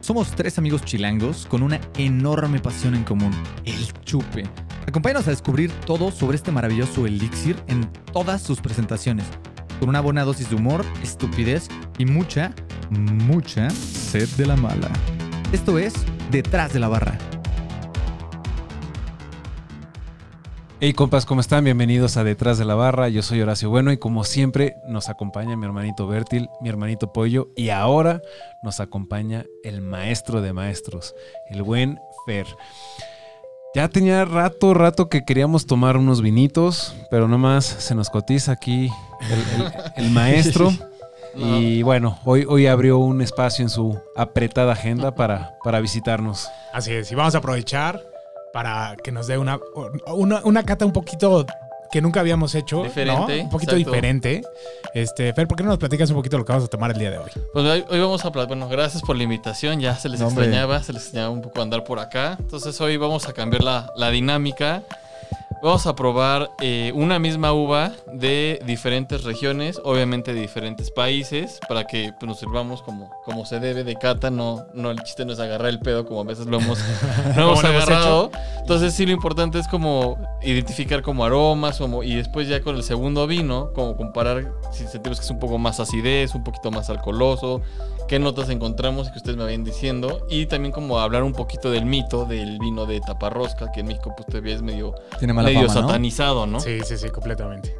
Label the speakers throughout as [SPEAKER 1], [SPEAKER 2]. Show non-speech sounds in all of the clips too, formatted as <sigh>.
[SPEAKER 1] Somos tres amigos chilangos con una enorme pasión en común, el chupe. Acompáñanos a descubrir todo sobre este maravilloso elixir en todas sus presentaciones, con una buena dosis de humor, estupidez y mucha, mucha sed de la mala. Esto es Detrás de la Barra.
[SPEAKER 2] Hey compas, ¿cómo están? Bienvenidos a Detrás de la Barra. Yo soy Horacio Bueno y como siempre nos acompaña mi hermanito Bertil, mi hermanito Pollo y ahora nos acompaña el maestro de maestros, el buen Fer. Ya tenía rato, rato que queríamos tomar unos vinitos, pero nomás se nos cotiza aquí el, el- el maestro. Y bueno, hoy, hoy abrió un espacio en su apretada agenda para, para visitarnos.
[SPEAKER 3] Así es, y vamos a aprovechar para que nos dé una, una, una cata un poquito que nunca habíamos hecho. ¿no?
[SPEAKER 4] Diferente,
[SPEAKER 3] Un poquito
[SPEAKER 4] exacto.
[SPEAKER 3] diferente. Este, Fer, ¿por qué no nos platicas un poquito lo que vamos a tomar el día de hoy?
[SPEAKER 4] Pues hoy, hoy vamos a plat- Bueno, gracias por la invitación. Ya se les
[SPEAKER 1] No, hombre.
[SPEAKER 4] extrañaba, se les extrañaba un poco andar por acá. Entonces hoy vamos a cambiar la, la dinámica. Vamos a probar eh, una misma uva de diferentes regiones, obviamente de diferentes países, para que pues, nos sirvamos como, como se debe de cata. No, no, el chiste no es agarrar el pedo como a veces lo <laughs> hemos, lo hemos
[SPEAKER 3] lo hemos
[SPEAKER 4] agarrado. Entonces sí lo importante es como identificar como aromas como, y después ya con el segundo vino, como comparar si sentimos que es un poco más acidez, un poquito más alcoholoso, qué notas encontramos y que ustedes me vayan diciendo y también como hablar un poquito del mito del vino de taparrosca que en México pues todavía es medio,
[SPEAKER 1] Tiene mala
[SPEAKER 4] medio
[SPEAKER 1] fama, ¿no?
[SPEAKER 4] satanizado, ¿no?
[SPEAKER 3] Sí, sí, sí, completamente.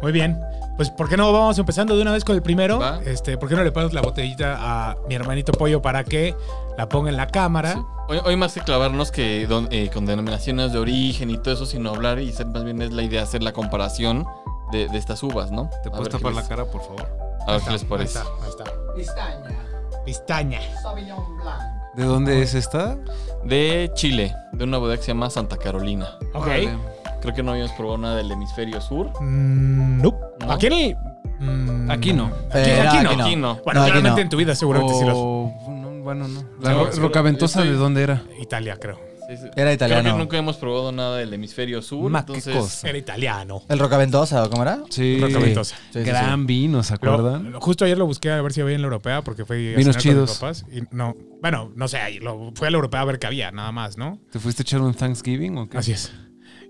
[SPEAKER 3] Muy bien. Pues, ¿por qué no vamos empezando de una vez con el primero?
[SPEAKER 4] Va.
[SPEAKER 3] Este, ¿Por qué no le pasas la botellita a mi hermanito Pollo para que la ponga en la cámara?
[SPEAKER 4] Sí. Hoy, hoy más que clavarnos que don- eh, con denominaciones de origen y todo eso, sino hablar y ser más bien es la idea hacer la comparación de, de estas uvas, ¿no?
[SPEAKER 2] ¿Te
[SPEAKER 4] A
[SPEAKER 2] puedes
[SPEAKER 4] ver qué
[SPEAKER 2] tapar la
[SPEAKER 4] les-
[SPEAKER 2] cara, por favor?
[SPEAKER 4] A
[SPEAKER 3] Ahí
[SPEAKER 4] ver
[SPEAKER 3] está,
[SPEAKER 4] qué les parece.
[SPEAKER 3] Ahí está, ahí
[SPEAKER 5] Pistaña,
[SPEAKER 3] está. Pistaña.
[SPEAKER 5] Sauvignon Blanc.
[SPEAKER 2] ¿De dónde es esta?
[SPEAKER 4] De Chile, de una bodega que se llama Santa Carolina.
[SPEAKER 3] Ok.
[SPEAKER 2] Órale.
[SPEAKER 4] Creo que no habíamos probado nada del hemisferio sur.
[SPEAKER 3] Mm, nope.
[SPEAKER 4] No.
[SPEAKER 3] Aquí, en el- mm,
[SPEAKER 2] Aquí no.
[SPEAKER 3] Aquí,
[SPEAKER 1] Eh,
[SPEAKER 3] aquí
[SPEAKER 1] no,
[SPEAKER 3] no.
[SPEAKER 1] aquí
[SPEAKER 4] Aquí no.
[SPEAKER 1] No,
[SPEAKER 3] Bueno,
[SPEAKER 1] aquí
[SPEAKER 3] claramente
[SPEAKER 1] no.
[SPEAKER 3] en tu vida seguramente sí los...
[SPEAKER 2] O-
[SPEAKER 1] Oh,
[SPEAKER 2] no, bueno, no. La
[SPEAKER 4] No,
[SPEAKER 2] ro-
[SPEAKER 4] seguro-
[SPEAKER 2] rocaventosa,
[SPEAKER 4] estoy-
[SPEAKER 2] ¿de dónde era?
[SPEAKER 3] Italia, creo.
[SPEAKER 4] Sí, sí.
[SPEAKER 1] Era
[SPEAKER 4] Creo
[SPEAKER 1] italiano.
[SPEAKER 4] que nunca hemos probado nada del hemisferio sur.
[SPEAKER 2] Ma, qué
[SPEAKER 4] entonces,
[SPEAKER 2] cosa.
[SPEAKER 3] Era italiano.
[SPEAKER 1] ¿El Rocaventosa o cómo era?
[SPEAKER 2] Sí.
[SPEAKER 3] Rocaventosa.
[SPEAKER 1] Sí, sí,
[SPEAKER 2] Gran vino, ¿se
[SPEAKER 3] Lo-
[SPEAKER 2] acuerdan?
[SPEAKER 3] lo- justo ayer lo busqué a ver si había en la europea porque fui a
[SPEAKER 2] Vinos
[SPEAKER 3] cenar con mis
[SPEAKER 2] chidos.
[SPEAKER 3] papás y no, bueno, no sé, ahí lo, fui a la europea a ver qué había, nada más, ¿no?
[SPEAKER 2] ¿Te fuiste a echar un Thanksgiving o qué?
[SPEAKER 3] Así es.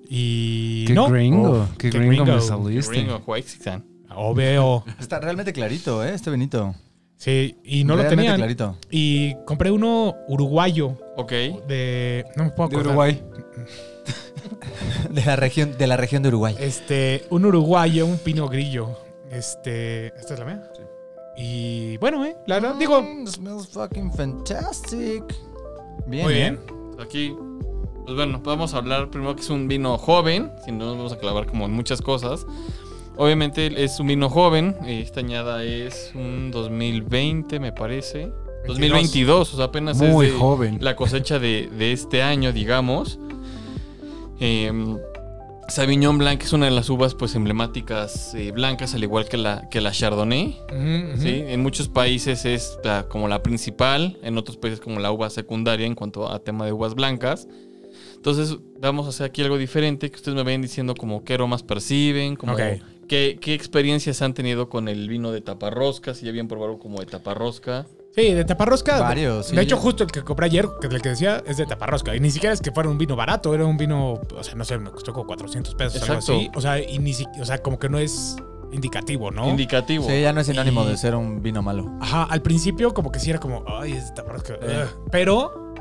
[SPEAKER 3] Y
[SPEAKER 2] Qué
[SPEAKER 3] no, Oh,
[SPEAKER 2] gringo,
[SPEAKER 3] Uf,
[SPEAKER 2] qué, gringo, me
[SPEAKER 4] Ring
[SPEAKER 2] saliste.
[SPEAKER 4] of Huayxican.
[SPEAKER 3] Oh, veo.
[SPEAKER 1] sí. Está realmente clarito, ¿eh? Este Benito.
[SPEAKER 3] Sí, y no lo
[SPEAKER 1] Realmente
[SPEAKER 3] tenían.
[SPEAKER 1] clarito.
[SPEAKER 3] Y compré uno uruguayo
[SPEAKER 4] Ok.
[SPEAKER 3] de no me puedo
[SPEAKER 2] De
[SPEAKER 3] acordar.
[SPEAKER 2] Uruguay.
[SPEAKER 1] <laughs> De la región de, la región de Uruguay.
[SPEAKER 3] Este, un uruguayo, un pino grillo. Este, ¿esta es la mía? Sí. Y bueno, eh, la verdad, digo,
[SPEAKER 1] Mm, smells fucking fantastic. Bien,
[SPEAKER 3] muy
[SPEAKER 1] ¿eh?
[SPEAKER 3] bien.
[SPEAKER 4] Aquí, pues bueno, vamos a hablar primero que es un vino joven, si no nos vamos a clavar como en muchas cosas. Obviamente es un vino joven, eh, esta añada es un 2020 me parece. 2022, o sea, apenas es
[SPEAKER 2] Muy
[SPEAKER 4] de-
[SPEAKER 2] joven.
[SPEAKER 4] la cosecha de, de este año, digamos. Eh, Sauvignon Blanc es una de las uvas pues emblemáticas eh, blancas, al igual que la, que la Chardonnay.
[SPEAKER 3] Ujú, ujú.
[SPEAKER 4] ¿sí? En muchos países es la- como la principal, en otros países como la uva secundaria en cuanto a tema de uvas blancas. Entonces vamos a hacer aquí algo diferente, que ustedes me vayan diciendo como qué aromas perciben, como
[SPEAKER 3] Ok.
[SPEAKER 4] qué, qué experiencias han tenido con el vino de taparrosca, si ya habían probado como de taparrosca.
[SPEAKER 3] Sí, de taparrosca.
[SPEAKER 1] Varios,
[SPEAKER 3] De
[SPEAKER 1] sí.
[SPEAKER 3] hecho, justo el que compré ayer, que el que decía, es de taparrosca. Y ni siquiera es que fuera un vino barato, era un vino, o sea, no sé, me costó como 400 pesos,
[SPEAKER 4] Exacto.
[SPEAKER 3] algo así. O sea, y ni si- o sea, como que no es indicativo, ¿no?
[SPEAKER 4] Indicativo.
[SPEAKER 1] Sí, ya no es sinónimo
[SPEAKER 3] Y-
[SPEAKER 1] de ser un vino malo.
[SPEAKER 3] Ajá, al principio como que sí era como, ay, es de taparrosca.
[SPEAKER 1] Eh.
[SPEAKER 3] ugh". Pero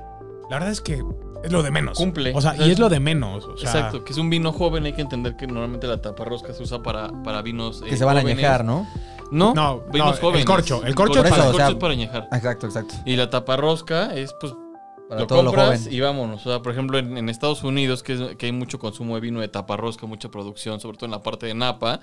[SPEAKER 3] la verdad es que es lo de menos.
[SPEAKER 4] Cumple.
[SPEAKER 3] O sea, y es lo de menos. o sea,
[SPEAKER 4] Exacto, que es un vino joven, hay que entender que normalmente la taparrosca se usa para, para vinos
[SPEAKER 1] Que se van a añejar,
[SPEAKER 4] añejar,
[SPEAKER 1] ¿no?
[SPEAKER 4] No,
[SPEAKER 3] No, no,
[SPEAKER 4] vinos
[SPEAKER 3] el
[SPEAKER 4] jóvenes.
[SPEAKER 3] corcho, el corcho
[SPEAKER 1] es para-
[SPEAKER 4] el
[SPEAKER 1] o sea,
[SPEAKER 4] corcho es para añejar.
[SPEAKER 1] Exacto, exacto.
[SPEAKER 4] Y la taparrosca es pues
[SPEAKER 1] Para
[SPEAKER 4] lo
[SPEAKER 1] todo lo
[SPEAKER 4] compras
[SPEAKER 1] joven.
[SPEAKER 4] y vámonos. O sea, por ejemplo, en, en Estados Unidos, que, es- que hay mucho consumo de vino de taparrosca, mucha producción, sobre todo en la parte de Napa,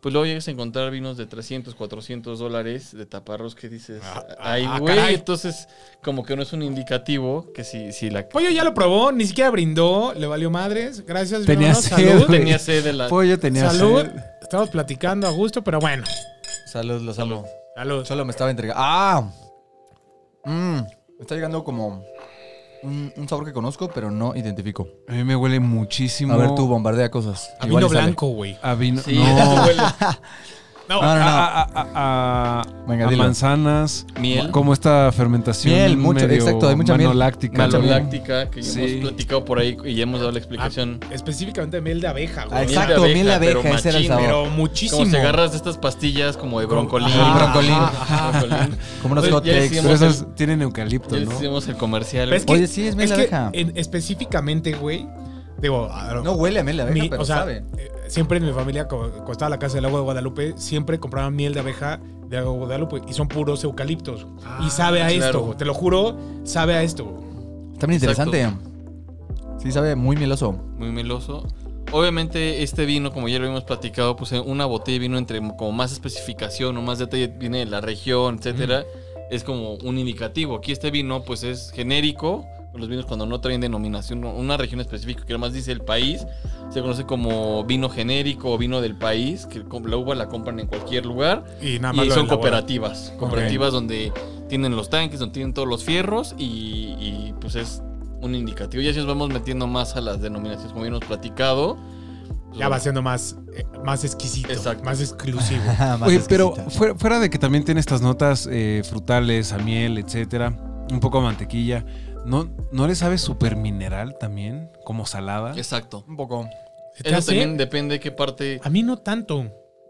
[SPEAKER 4] pues luego llegas a encontrar vinos de 300, 400 dólares de taparrosca que dices,
[SPEAKER 3] Ah,
[SPEAKER 4] ay,
[SPEAKER 3] ah,
[SPEAKER 4] güey.
[SPEAKER 3] caray.
[SPEAKER 4] Entonces, como que no es un indicativo que si, si la...
[SPEAKER 3] Pollo ya lo probó, ni siquiera brindó, le valió madres. Gracias, mi
[SPEAKER 2] Tenía
[SPEAKER 3] hermano,
[SPEAKER 2] sed,
[SPEAKER 3] salud.
[SPEAKER 2] güey.
[SPEAKER 4] <laughs> Tenía sed de la...
[SPEAKER 2] Pollo tenía
[SPEAKER 3] Salud.
[SPEAKER 2] sed.
[SPEAKER 3] Estamos platicando a gusto, pero bueno.
[SPEAKER 1] Salud, los amo.
[SPEAKER 3] Salud.
[SPEAKER 1] Solo me estaba entregando. ¡Ah! Mm, me está llegando como un, un sabor que conozco, pero no identifico.
[SPEAKER 2] A mí me huele muchísimo.
[SPEAKER 1] A ver, tú bombardea cosas.
[SPEAKER 3] A
[SPEAKER 1] Igual
[SPEAKER 3] vino
[SPEAKER 1] y sale. <laughs>
[SPEAKER 3] blanco, güey.
[SPEAKER 2] A vino.
[SPEAKER 4] Sí,
[SPEAKER 2] no. Ah,
[SPEAKER 4] huele.
[SPEAKER 1] No,
[SPEAKER 3] No,
[SPEAKER 1] no, no.
[SPEAKER 2] A, a- a- a-
[SPEAKER 1] Venga,
[SPEAKER 2] ah, a
[SPEAKER 1] dilo.
[SPEAKER 2] manzanas.
[SPEAKER 4] Miel.
[SPEAKER 2] Como esta fermentación.
[SPEAKER 1] Miel, mucho, exacto, hay mucha miel.
[SPEAKER 2] manoláctica, ¿no?
[SPEAKER 4] Maloláctica, que
[SPEAKER 2] Sí.
[SPEAKER 4] hemos platicado por ahí y hemos dado
[SPEAKER 3] Ah,
[SPEAKER 4] la explicación.
[SPEAKER 3] específicamente miel de abeja,
[SPEAKER 1] Ah,
[SPEAKER 3] güey.
[SPEAKER 1] exacto, miel de abeja,
[SPEAKER 4] pero
[SPEAKER 1] ese era el
[SPEAKER 4] machín,
[SPEAKER 1] sabor.
[SPEAKER 3] Pero muchísimo.
[SPEAKER 4] Como si agarras de estas pastillas como de broncolín.
[SPEAKER 3] Ajá,
[SPEAKER 1] broncolín.
[SPEAKER 3] ajá, ajá.
[SPEAKER 4] Broncolín.
[SPEAKER 1] Como unos
[SPEAKER 4] Oye,
[SPEAKER 1] hot
[SPEAKER 4] ya
[SPEAKER 1] cakes.
[SPEAKER 4] hicimos-
[SPEAKER 2] Pero esas tienen eucalipto,
[SPEAKER 4] Ya
[SPEAKER 2] ¿no?
[SPEAKER 4] hicimos el comercial.
[SPEAKER 3] Pero es que-
[SPEAKER 1] Oye, sí, es miel
[SPEAKER 3] Es
[SPEAKER 1] de
[SPEAKER 3] que
[SPEAKER 1] abeja.
[SPEAKER 3] en- específicamente, güey, digo, a lo-
[SPEAKER 1] No huele a miel de abeja,
[SPEAKER 3] mi-
[SPEAKER 1] pero
[SPEAKER 3] o sea,
[SPEAKER 1] sabe.
[SPEAKER 3] eh, siempre en mi familia, co- cuando estaba la casa del agua de Guadalupe, siempre compraban miel de abeja de agua de Guadalupe y son puros eucaliptos. y sabe a
[SPEAKER 4] Ah, claro.
[SPEAKER 3] esto, te lo juro, sabe a esto.
[SPEAKER 1] Está bien interesante. Sí, sabe muy mieloso.
[SPEAKER 4] muy meloso. Obviamente este vino, como ya lo habíamos platicado, pues una botella de vino entre como más especificación o más detalle viene de la región, etcétera, es como un indicativo. Aquí este vino pues es genérico. Los vinos cuando no traen denominación, o una región específica, que además dice el país, se conoce como vino genérico o vino del país, que com- la uva la compran en cualquier lugar.
[SPEAKER 3] Y nada más
[SPEAKER 4] Y
[SPEAKER 3] lo
[SPEAKER 4] son
[SPEAKER 3] elaboran.
[SPEAKER 4] cooperativas, cooperativas donde tienen los tanques, donde tienen todos los fierros y, y, pues es un indicativo. Y así nos vamos metiendo más a las denominaciones como habíamos platicado. pues,
[SPEAKER 3] Ya va siendo más, eh, más exquisito,
[SPEAKER 4] Exacto.
[SPEAKER 3] más
[SPEAKER 4] <laughs>
[SPEAKER 3] exclusivo.
[SPEAKER 1] <laughs> Más
[SPEAKER 2] Oye, pero
[SPEAKER 1] exquisita.
[SPEAKER 2] fuera, fuera de que también tiene estas notas eh, frutales, a miel, etcétera, un poco a mantequilla, ¿no, ¿no le sabe súper mineral también? Como salada.
[SPEAKER 4] Exacto.
[SPEAKER 1] Un poco.
[SPEAKER 3] ¿Se te
[SPEAKER 4] Eso
[SPEAKER 3] hace? Ah.
[SPEAKER 4] también depende de qué parte,
[SPEAKER 3] A mí no tanto.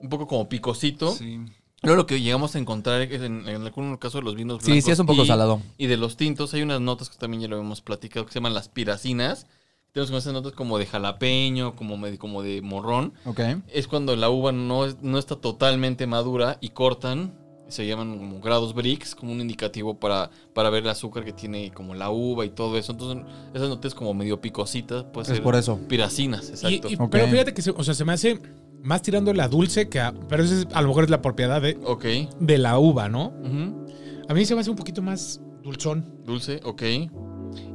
[SPEAKER 4] un poco como picosito.
[SPEAKER 2] Sí.
[SPEAKER 4] Luego lo que llegamos a encontrar es en, en algún caso de los vinos blancos.
[SPEAKER 1] Sí, sí, es un poco
[SPEAKER 4] y-
[SPEAKER 1] salado.
[SPEAKER 4] Y de los tintos hay unas notas que también ya lo hemos platicado que se llaman las piracinas. Tenemos con esas notas como de jalapeño, como, medio- como de morrón.
[SPEAKER 1] Ok.
[SPEAKER 4] es cuando la uva no, es- no está totalmente madura y cortan, se llaman como grados bricks, como un indicativo para, para ver el azúcar que tiene como la uva y todo eso. Entonces, esas notas como medio picositas, pues
[SPEAKER 1] Es por eso.
[SPEAKER 4] piracinas,
[SPEAKER 3] Y-
[SPEAKER 4] exacto.
[SPEAKER 3] y-
[SPEAKER 1] Ok.
[SPEAKER 3] Pero fíjate que se, o sea, se me hace más tirando la dulce que a, pero eso es- a lo mejor es la propiedad de,
[SPEAKER 4] Ok.
[SPEAKER 3] de la uva, ¿no?
[SPEAKER 4] Ujú.
[SPEAKER 3] A mí se me hace un poquito más dulzón.
[SPEAKER 4] Dulce, ok.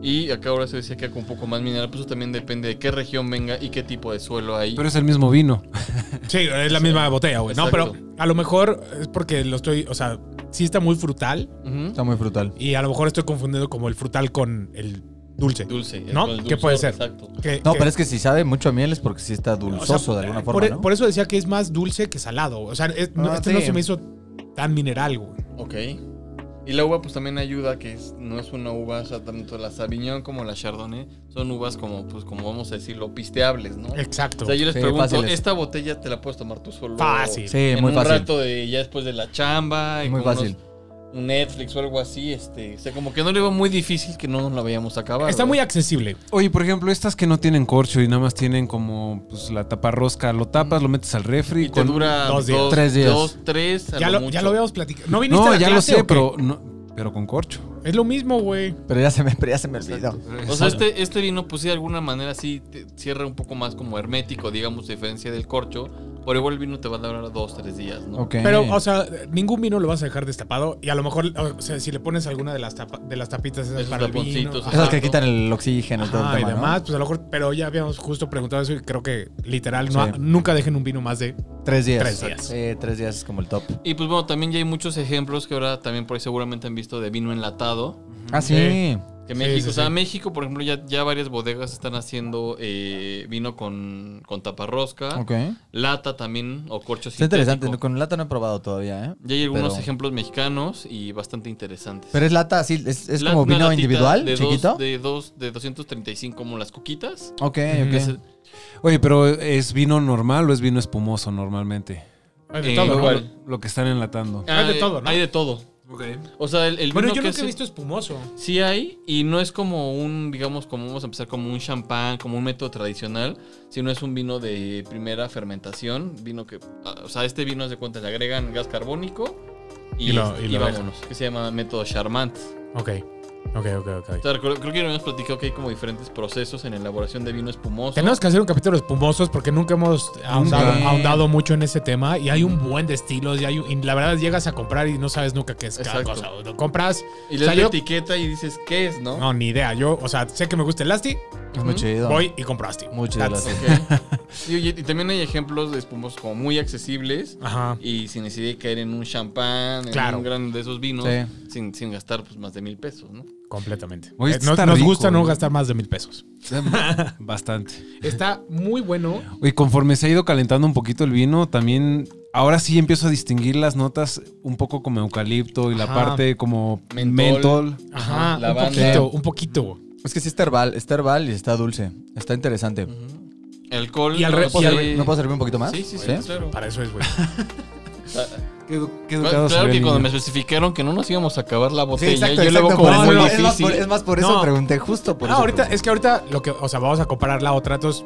[SPEAKER 4] Y acá ahora se decía que con un poco más mineral, pues eso también depende de qué región venga y qué tipo de suelo hay.
[SPEAKER 2] Pero es el mismo vino.
[SPEAKER 3] Sí, es la misma botella, güey. No, pero
[SPEAKER 4] Exacto.
[SPEAKER 3] a lo mejor es porque lo estoy, o sea, sí está muy frutal
[SPEAKER 4] Ujú.
[SPEAKER 1] Está muy frutal.
[SPEAKER 3] y a lo mejor estoy confundido como el frutal con el dulce.
[SPEAKER 4] Dulce.
[SPEAKER 3] ¿No?
[SPEAKER 4] con el
[SPEAKER 3] ¿Qué puede
[SPEAKER 4] dulzor,
[SPEAKER 3] ser?
[SPEAKER 4] Exacto.
[SPEAKER 3] Que-
[SPEAKER 1] No,
[SPEAKER 3] que-
[SPEAKER 1] pero es que si sabe mucho a miel es porque sí está
[SPEAKER 3] o
[SPEAKER 1] dulzoso
[SPEAKER 3] sea,
[SPEAKER 1] de alguna forma,
[SPEAKER 3] por, e,
[SPEAKER 1] ¿no?
[SPEAKER 3] por eso decía que es más dulce que salado. O sea, es- no,
[SPEAKER 1] Ah,
[SPEAKER 3] este no
[SPEAKER 1] sí.
[SPEAKER 3] se me hizo tan mineral, güey.
[SPEAKER 4] Ok. Y la uva pues también ayuda, que es- no es una uva, o sea, tanto la Sauvignon como la Chardonnay son uvas como, pues como vamos a decirlo, pisteables, ¿no?
[SPEAKER 3] Exacto.
[SPEAKER 4] O sea, yo les
[SPEAKER 1] Sí,
[SPEAKER 4] pregunto,
[SPEAKER 1] fáciles.
[SPEAKER 4] ¿esta botella te la puedes tomar tú solo?
[SPEAKER 3] Fácil.
[SPEAKER 1] Sí,
[SPEAKER 4] en
[SPEAKER 1] muy
[SPEAKER 4] un
[SPEAKER 1] fácil.
[SPEAKER 4] rato de ya después de la chamba. y
[SPEAKER 1] Muy
[SPEAKER 4] con
[SPEAKER 1] fácil.
[SPEAKER 4] unos- un Netflix o algo así, este. O sea, como que no le veo muy difícil que no nos la vayamos a acabar.
[SPEAKER 3] Está
[SPEAKER 4] ¿verdad?
[SPEAKER 3] muy accesible.
[SPEAKER 2] Oye, por ejemplo, estas que no tienen corcho y nada más tienen como pues, la tapa rosca, lo tapas, lo metes al refri.
[SPEAKER 4] Y te dura dos,
[SPEAKER 3] dos días.
[SPEAKER 1] Tres
[SPEAKER 4] tres
[SPEAKER 1] días.
[SPEAKER 4] tres, a
[SPEAKER 3] Ya lo,
[SPEAKER 4] mucho.
[SPEAKER 3] ya lo habíamos platicado. ¿No viniste a
[SPEAKER 2] No,
[SPEAKER 3] la
[SPEAKER 2] ya lo sé,
[SPEAKER 3] clase o qué?
[SPEAKER 2] pero, no, pero con corcho.
[SPEAKER 3] Es lo mismo, güey.
[SPEAKER 1] Pero ya se me, <laughs> pero ya se me olvidó.
[SPEAKER 4] O sea, este, este vino, pues sí, de alguna manera sí te- cierra un poco más como hermético, digamos, a diferencia del corcho. Por igual el vino te va a durar dos, tres días, ¿no?
[SPEAKER 1] Ok.
[SPEAKER 3] Pero, o sea, ningún vino lo vas a dejar destapado. Y a lo mejor, o sea, si le pones alguna de las, tapa- de las tapitas esas
[SPEAKER 4] Esos
[SPEAKER 3] para el vino.
[SPEAKER 4] taponcitos,
[SPEAKER 1] Esas que
[SPEAKER 4] exacto.
[SPEAKER 1] quitan el oxígeno y todo el
[SPEAKER 3] Ajá, y
[SPEAKER 1] tema, ¿no?
[SPEAKER 3] demás, pues a lo mejor, pero ya habíamos justo preguntado eso y creo que literal, no-
[SPEAKER 1] Sí.
[SPEAKER 3] nunca dejen un vino más de.
[SPEAKER 1] Tres días.
[SPEAKER 3] Tres días.
[SPEAKER 1] Sí, tres días es como el top.
[SPEAKER 4] Y pues bueno, también ya hay muchos ejemplos que ahora también por ahí seguramente han visto de vino enlatado.
[SPEAKER 1] Ah, sí.
[SPEAKER 3] Sí.
[SPEAKER 4] Que
[SPEAKER 3] Sí,
[SPEAKER 4] México,
[SPEAKER 3] sí,
[SPEAKER 4] o sea,
[SPEAKER 3] sí.
[SPEAKER 4] México, por ejemplo, ya, ya varias bodegas están haciendo eh, vino con, con taparrosca,
[SPEAKER 1] Ok.
[SPEAKER 4] lata también o corcho
[SPEAKER 1] Está interesante.
[SPEAKER 4] sintético.
[SPEAKER 1] Con lata no he probado todavía, ¿eh?
[SPEAKER 4] Ya hay algunos
[SPEAKER 1] pero-
[SPEAKER 4] ejemplos mexicanos y bastante interesantes.
[SPEAKER 1] Pero es lata así, es, es
[SPEAKER 4] La-
[SPEAKER 1] como
[SPEAKER 4] una
[SPEAKER 1] vino
[SPEAKER 4] latita
[SPEAKER 1] individual,
[SPEAKER 4] de dos-
[SPEAKER 1] chiquito.
[SPEAKER 4] de, dos, de 235 como las coquitas.
[SPEAKER 1] Ok,
[SPEAKER 4] que es-
[SPEAKER 1] ok.
[SPEAKER 2] Oye, pero ¿es vino normal o es vino espumoso normalmente?
[SPEAKER 3] Hay de
[SPEAKER 4] Eh,
[SPEAKER 3] todo,
[SPEAKER 4] igual.
[SPEAKER 3] ¿no?
[SPEAKER 2] Lo que están enlatando. <laughs>
[SPEAKER 3] Hay de
[SPEAKER 4] eh,
[SPEAKER 3] todo, ¿no?
[SPEAKER 4] Hay de todo. O sea, el, el
[SPEAKER 3] Bueno,
[SPEAKER 4] vino
[SPEAKER 3] yo
[SPEAKER 4] que
[SPEAKER 3] nunca he
[SPEAKER 4] es-
[SPEAKER 3] visto espumoso.
[SPEAKER 4] Sí hay, y no es como un, digamos, como vamos a empezar, como un champán, como un método tradicional, sino es un vino de primera fermentación, vino que, ah, o sea, este vino haz de cuenta, le agregan gas carbónico y,
[SPEAKER 3] Y lo- y
[SPEAKER 4] y
[SPEAKER 3] lo
[SPEAKER 4] vámonos, que se llama método Charmant.
[SPEAKER 3] Ok, ok, ok, ok.
[SPEAKER 4] O sea, recuerdo- creo, que ya habíamos platicado que hay como diferentes procesos en elaboración de vino espumoso.
[SPEAKER 3] Tenemos que hacer un capítulo de espumosos porque nunca hemos ahondado,
[SPEAKER 1] Nunca.
[SPEAKER 3] ahondado mucho en ese tema y hay un buen de estilos y, hay un- y la verdad llegas a comprar y no sabes nunca qué es cada
[SPEAKER 4] Exacto.
[SPEAKER 3] cosa. Lo compras,
[SPEAKER 4] Y
[SPEAKER 3] o
[SPEAKER 4] lees
[SPEAKER 3] sea,
[SPEAKER 4] la
[SPEAKER 3] yo-
[SPEAKER 4] etiqueta y dices, ¿qué es, no?
[SPEAKER 3] no, ni idea. Yo, o sea, sé que me gusta el Asti,
[SPEAKER 6] Ah,
[SPEAKER 1] Es muy chido.
[SPEAKER 3] voy y compro Asti.
[SPEAKER 1] Muy chido el
[SPEAKER 3] That's-
[SPEAKER 1] Asti.
[SPEAKER 3] <laughs>
[SPEAKER 4] Ok. Y, oye, y también hay ejemplos de espumosos como muy accesibles.
[SPEAKER 3] Ajá.
[SPEAKER 4] Y sin decidir caer en un champán, en
[SPEAKER 3] Claro.
[SPEAKER 4] un gran de esos vinos,
[SPEAKER 1] Sí.
[SPEAKER 4] sin, sin gastar pues, más de mil pesos, ¿no?
[SPEAKER 3] Completamente.
[SPEAKER 2] Oye,
[SPEAKER 3] Eh,
[SPEAKER 2] este
[SPEAKER 3] no-
[SPEAKER 2] está
[SPEAKER 3] nos
[SPEAKER 2] rico,
[SPEAKER 3] gusta no
[SPEAKER 2] güey.
[SPEAKER 3] gastar más de mil pesos.
[SPEAKER 2] Bastante.
[SPEAKER 3] Está muy bueno.
[SPEAKER 2] Y conforme se ha ido calentando un poquito el vino, también ahora sí empiezo a distinguir las notas un poco como eucalipto y la
[SPEAKER 3] Ajá.
[SPEAKER 2] parte como
[SPEAKER 4] Mentol.
[SPEAKER 2] mentol.
[SPEAKER 3] Ajá, un
[SPEAKER 4] Lavanda.
[SPEAKER 3] poquito, un poquito.
[SPEAKER 6] Es que sí está herbal, está herbal y está dulce. Está interesante.
[SPEAKER 4] Ujú. Alcohol.
[SPEAKER 3] Y al
[SPEAKER 4] no
[SPEAKER 3] re-
[SPEAKER 4] sé-
[SPEAKER 3] y al
[SPEAKER 6] ¿Me puedo servir un poquito más?
[SPEAKER 4] Sí, sí, sí, claro.
[SPEAKER 3] Para eso es, güey.
[SPEAKER 2] Qué, edu- qué educado
[SPEAKER 4] Claro,
[SPEAKER 2] se ve
[SPEAKER 4] que
[SPEAKER 2] el
[SPEAKER 4] cuando me
[SPEAKER 2] niño.
[SPEAKER 4] especificaron que no nos íbamos a acabar la
[SPEAKER 6] Sí,
[SPEAKER 4] botella,
[SPEAKER 6] exacto,
[SPEAKER 4] yo
[SPEAKER 6] exacto.
[SPEAKER 4] luego como
[SPEAKER 6] por
[SPEAKER 4] muy
[SPEAKER 6] eso- es, más
[SPEAKER 4] difícil.
[SPEAKER 6] por, es más por eso
[SPEAKER 3] No.
[SPEAKER 6] pregunté, justo por
[SPEAKER 3] Ah,
[SPEAKER 6] eso.
[SPEAKER 3] ahorita,
[SPEAKER 6] pregunté.
[SPEAKER 3] es que ahorita lo que, o sea, vamos a comparar la otra, entonces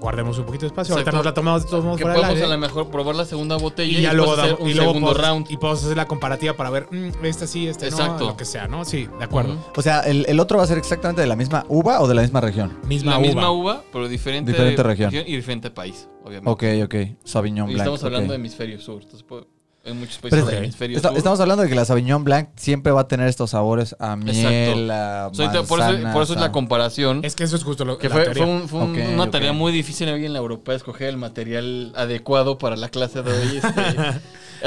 [SPEAKER 3] guardemos un poquito de espacio. Ahorita
[SPEAKER 4] Exacto.
[SPEAKER 3] nos la tomamos de todos modos
[SPEAKER 4] que
[SPEAKER 3] fuera del
[SPEAKER 4] podemos a
[SPEAKER 3] aire.
[SPEAKER 4] lo mejor probar la segunda botella
[SPEAKER 3] Y
[SPEAKER 4] y,
[SPEAKER 3] ya
[SPEAKER 4] después
[SPEAKER 3] luego
[SPEAKER 4] hacer
[SPEAKER 3] damos,
[SPEAKER 4] un
[SPEAKER 3] y luego pues,
[SPEAKER 4] segundo
[SPEAKER 3] podemos-
[SPEAKER 4] round.
[SPEAKER 3] Y podemos hacer la comparativa para ver, mm, esta sí, esta
[SPEAKER 4] Exacto.
[SPEAKER 3] no, lo que sea, ¿no? Sí, de acuerdo.
[SPEAKER 4] Ujú.
[SPEAKER 6] O sea, el, el otro va a ser exactamente de la misma uva o de la misma región.
[SPEAKER 3] Misma
[SPEAKER 4] La
[SPEAKER 3] uva.
[SPEAKER 4] misma uva, pero diferente,
[SPEAKER 6] Diferente región.
[SPEAKER 4] y diferente país, obviamente.
[SPEAKER 6] Ok, ok. Sauvignon
[SPEAKER 4] Y
[SPEAKER 6] Blanc.
[SPEAKER 4] estamos hablando de
[SPEAKER 6] ok.
[SPEAKER 4] hemisferio sur. Entonces, puede- en muchos
[SPEAKER 6] Pero
[SPEAKER 4] países
[SPEAKER 6] es-
[SPEAKER 4] del hemisferio
[SPEAKER 6] Esta-
[SPEAKER 4] sur.
[SPEAKER 6] estamos hablando de que la Sauvignon Blanc siempre va a tener estos sabores a miel, a
[SPEAKER 4] Soy- por, eso,
[SPEAKER 6] manzana,
[SPEAKER 4] por eso es
[SPEAKER 6] a-
[SPEAKER 4] la comparación.
[SPEAKER 3] Es que eso es justo lo
[SPEAKER 4] que
[SPEAKER 3] la
[SPEAKER 4] fue,
[SPEAKER 3] teoría.
[SPEAKER 4] fue un- fue un-
[SPEAKER 6] Ok,
[SPEAKER 4] una
[SPEAKER 6] ok.
[SPEAKER 4] tarea muy difícil hoy en la Europa escoger el material adecuado para la clase de hoy. este. O
[SPEAKER 6] <laughs>
[SPEAKER 3] Pero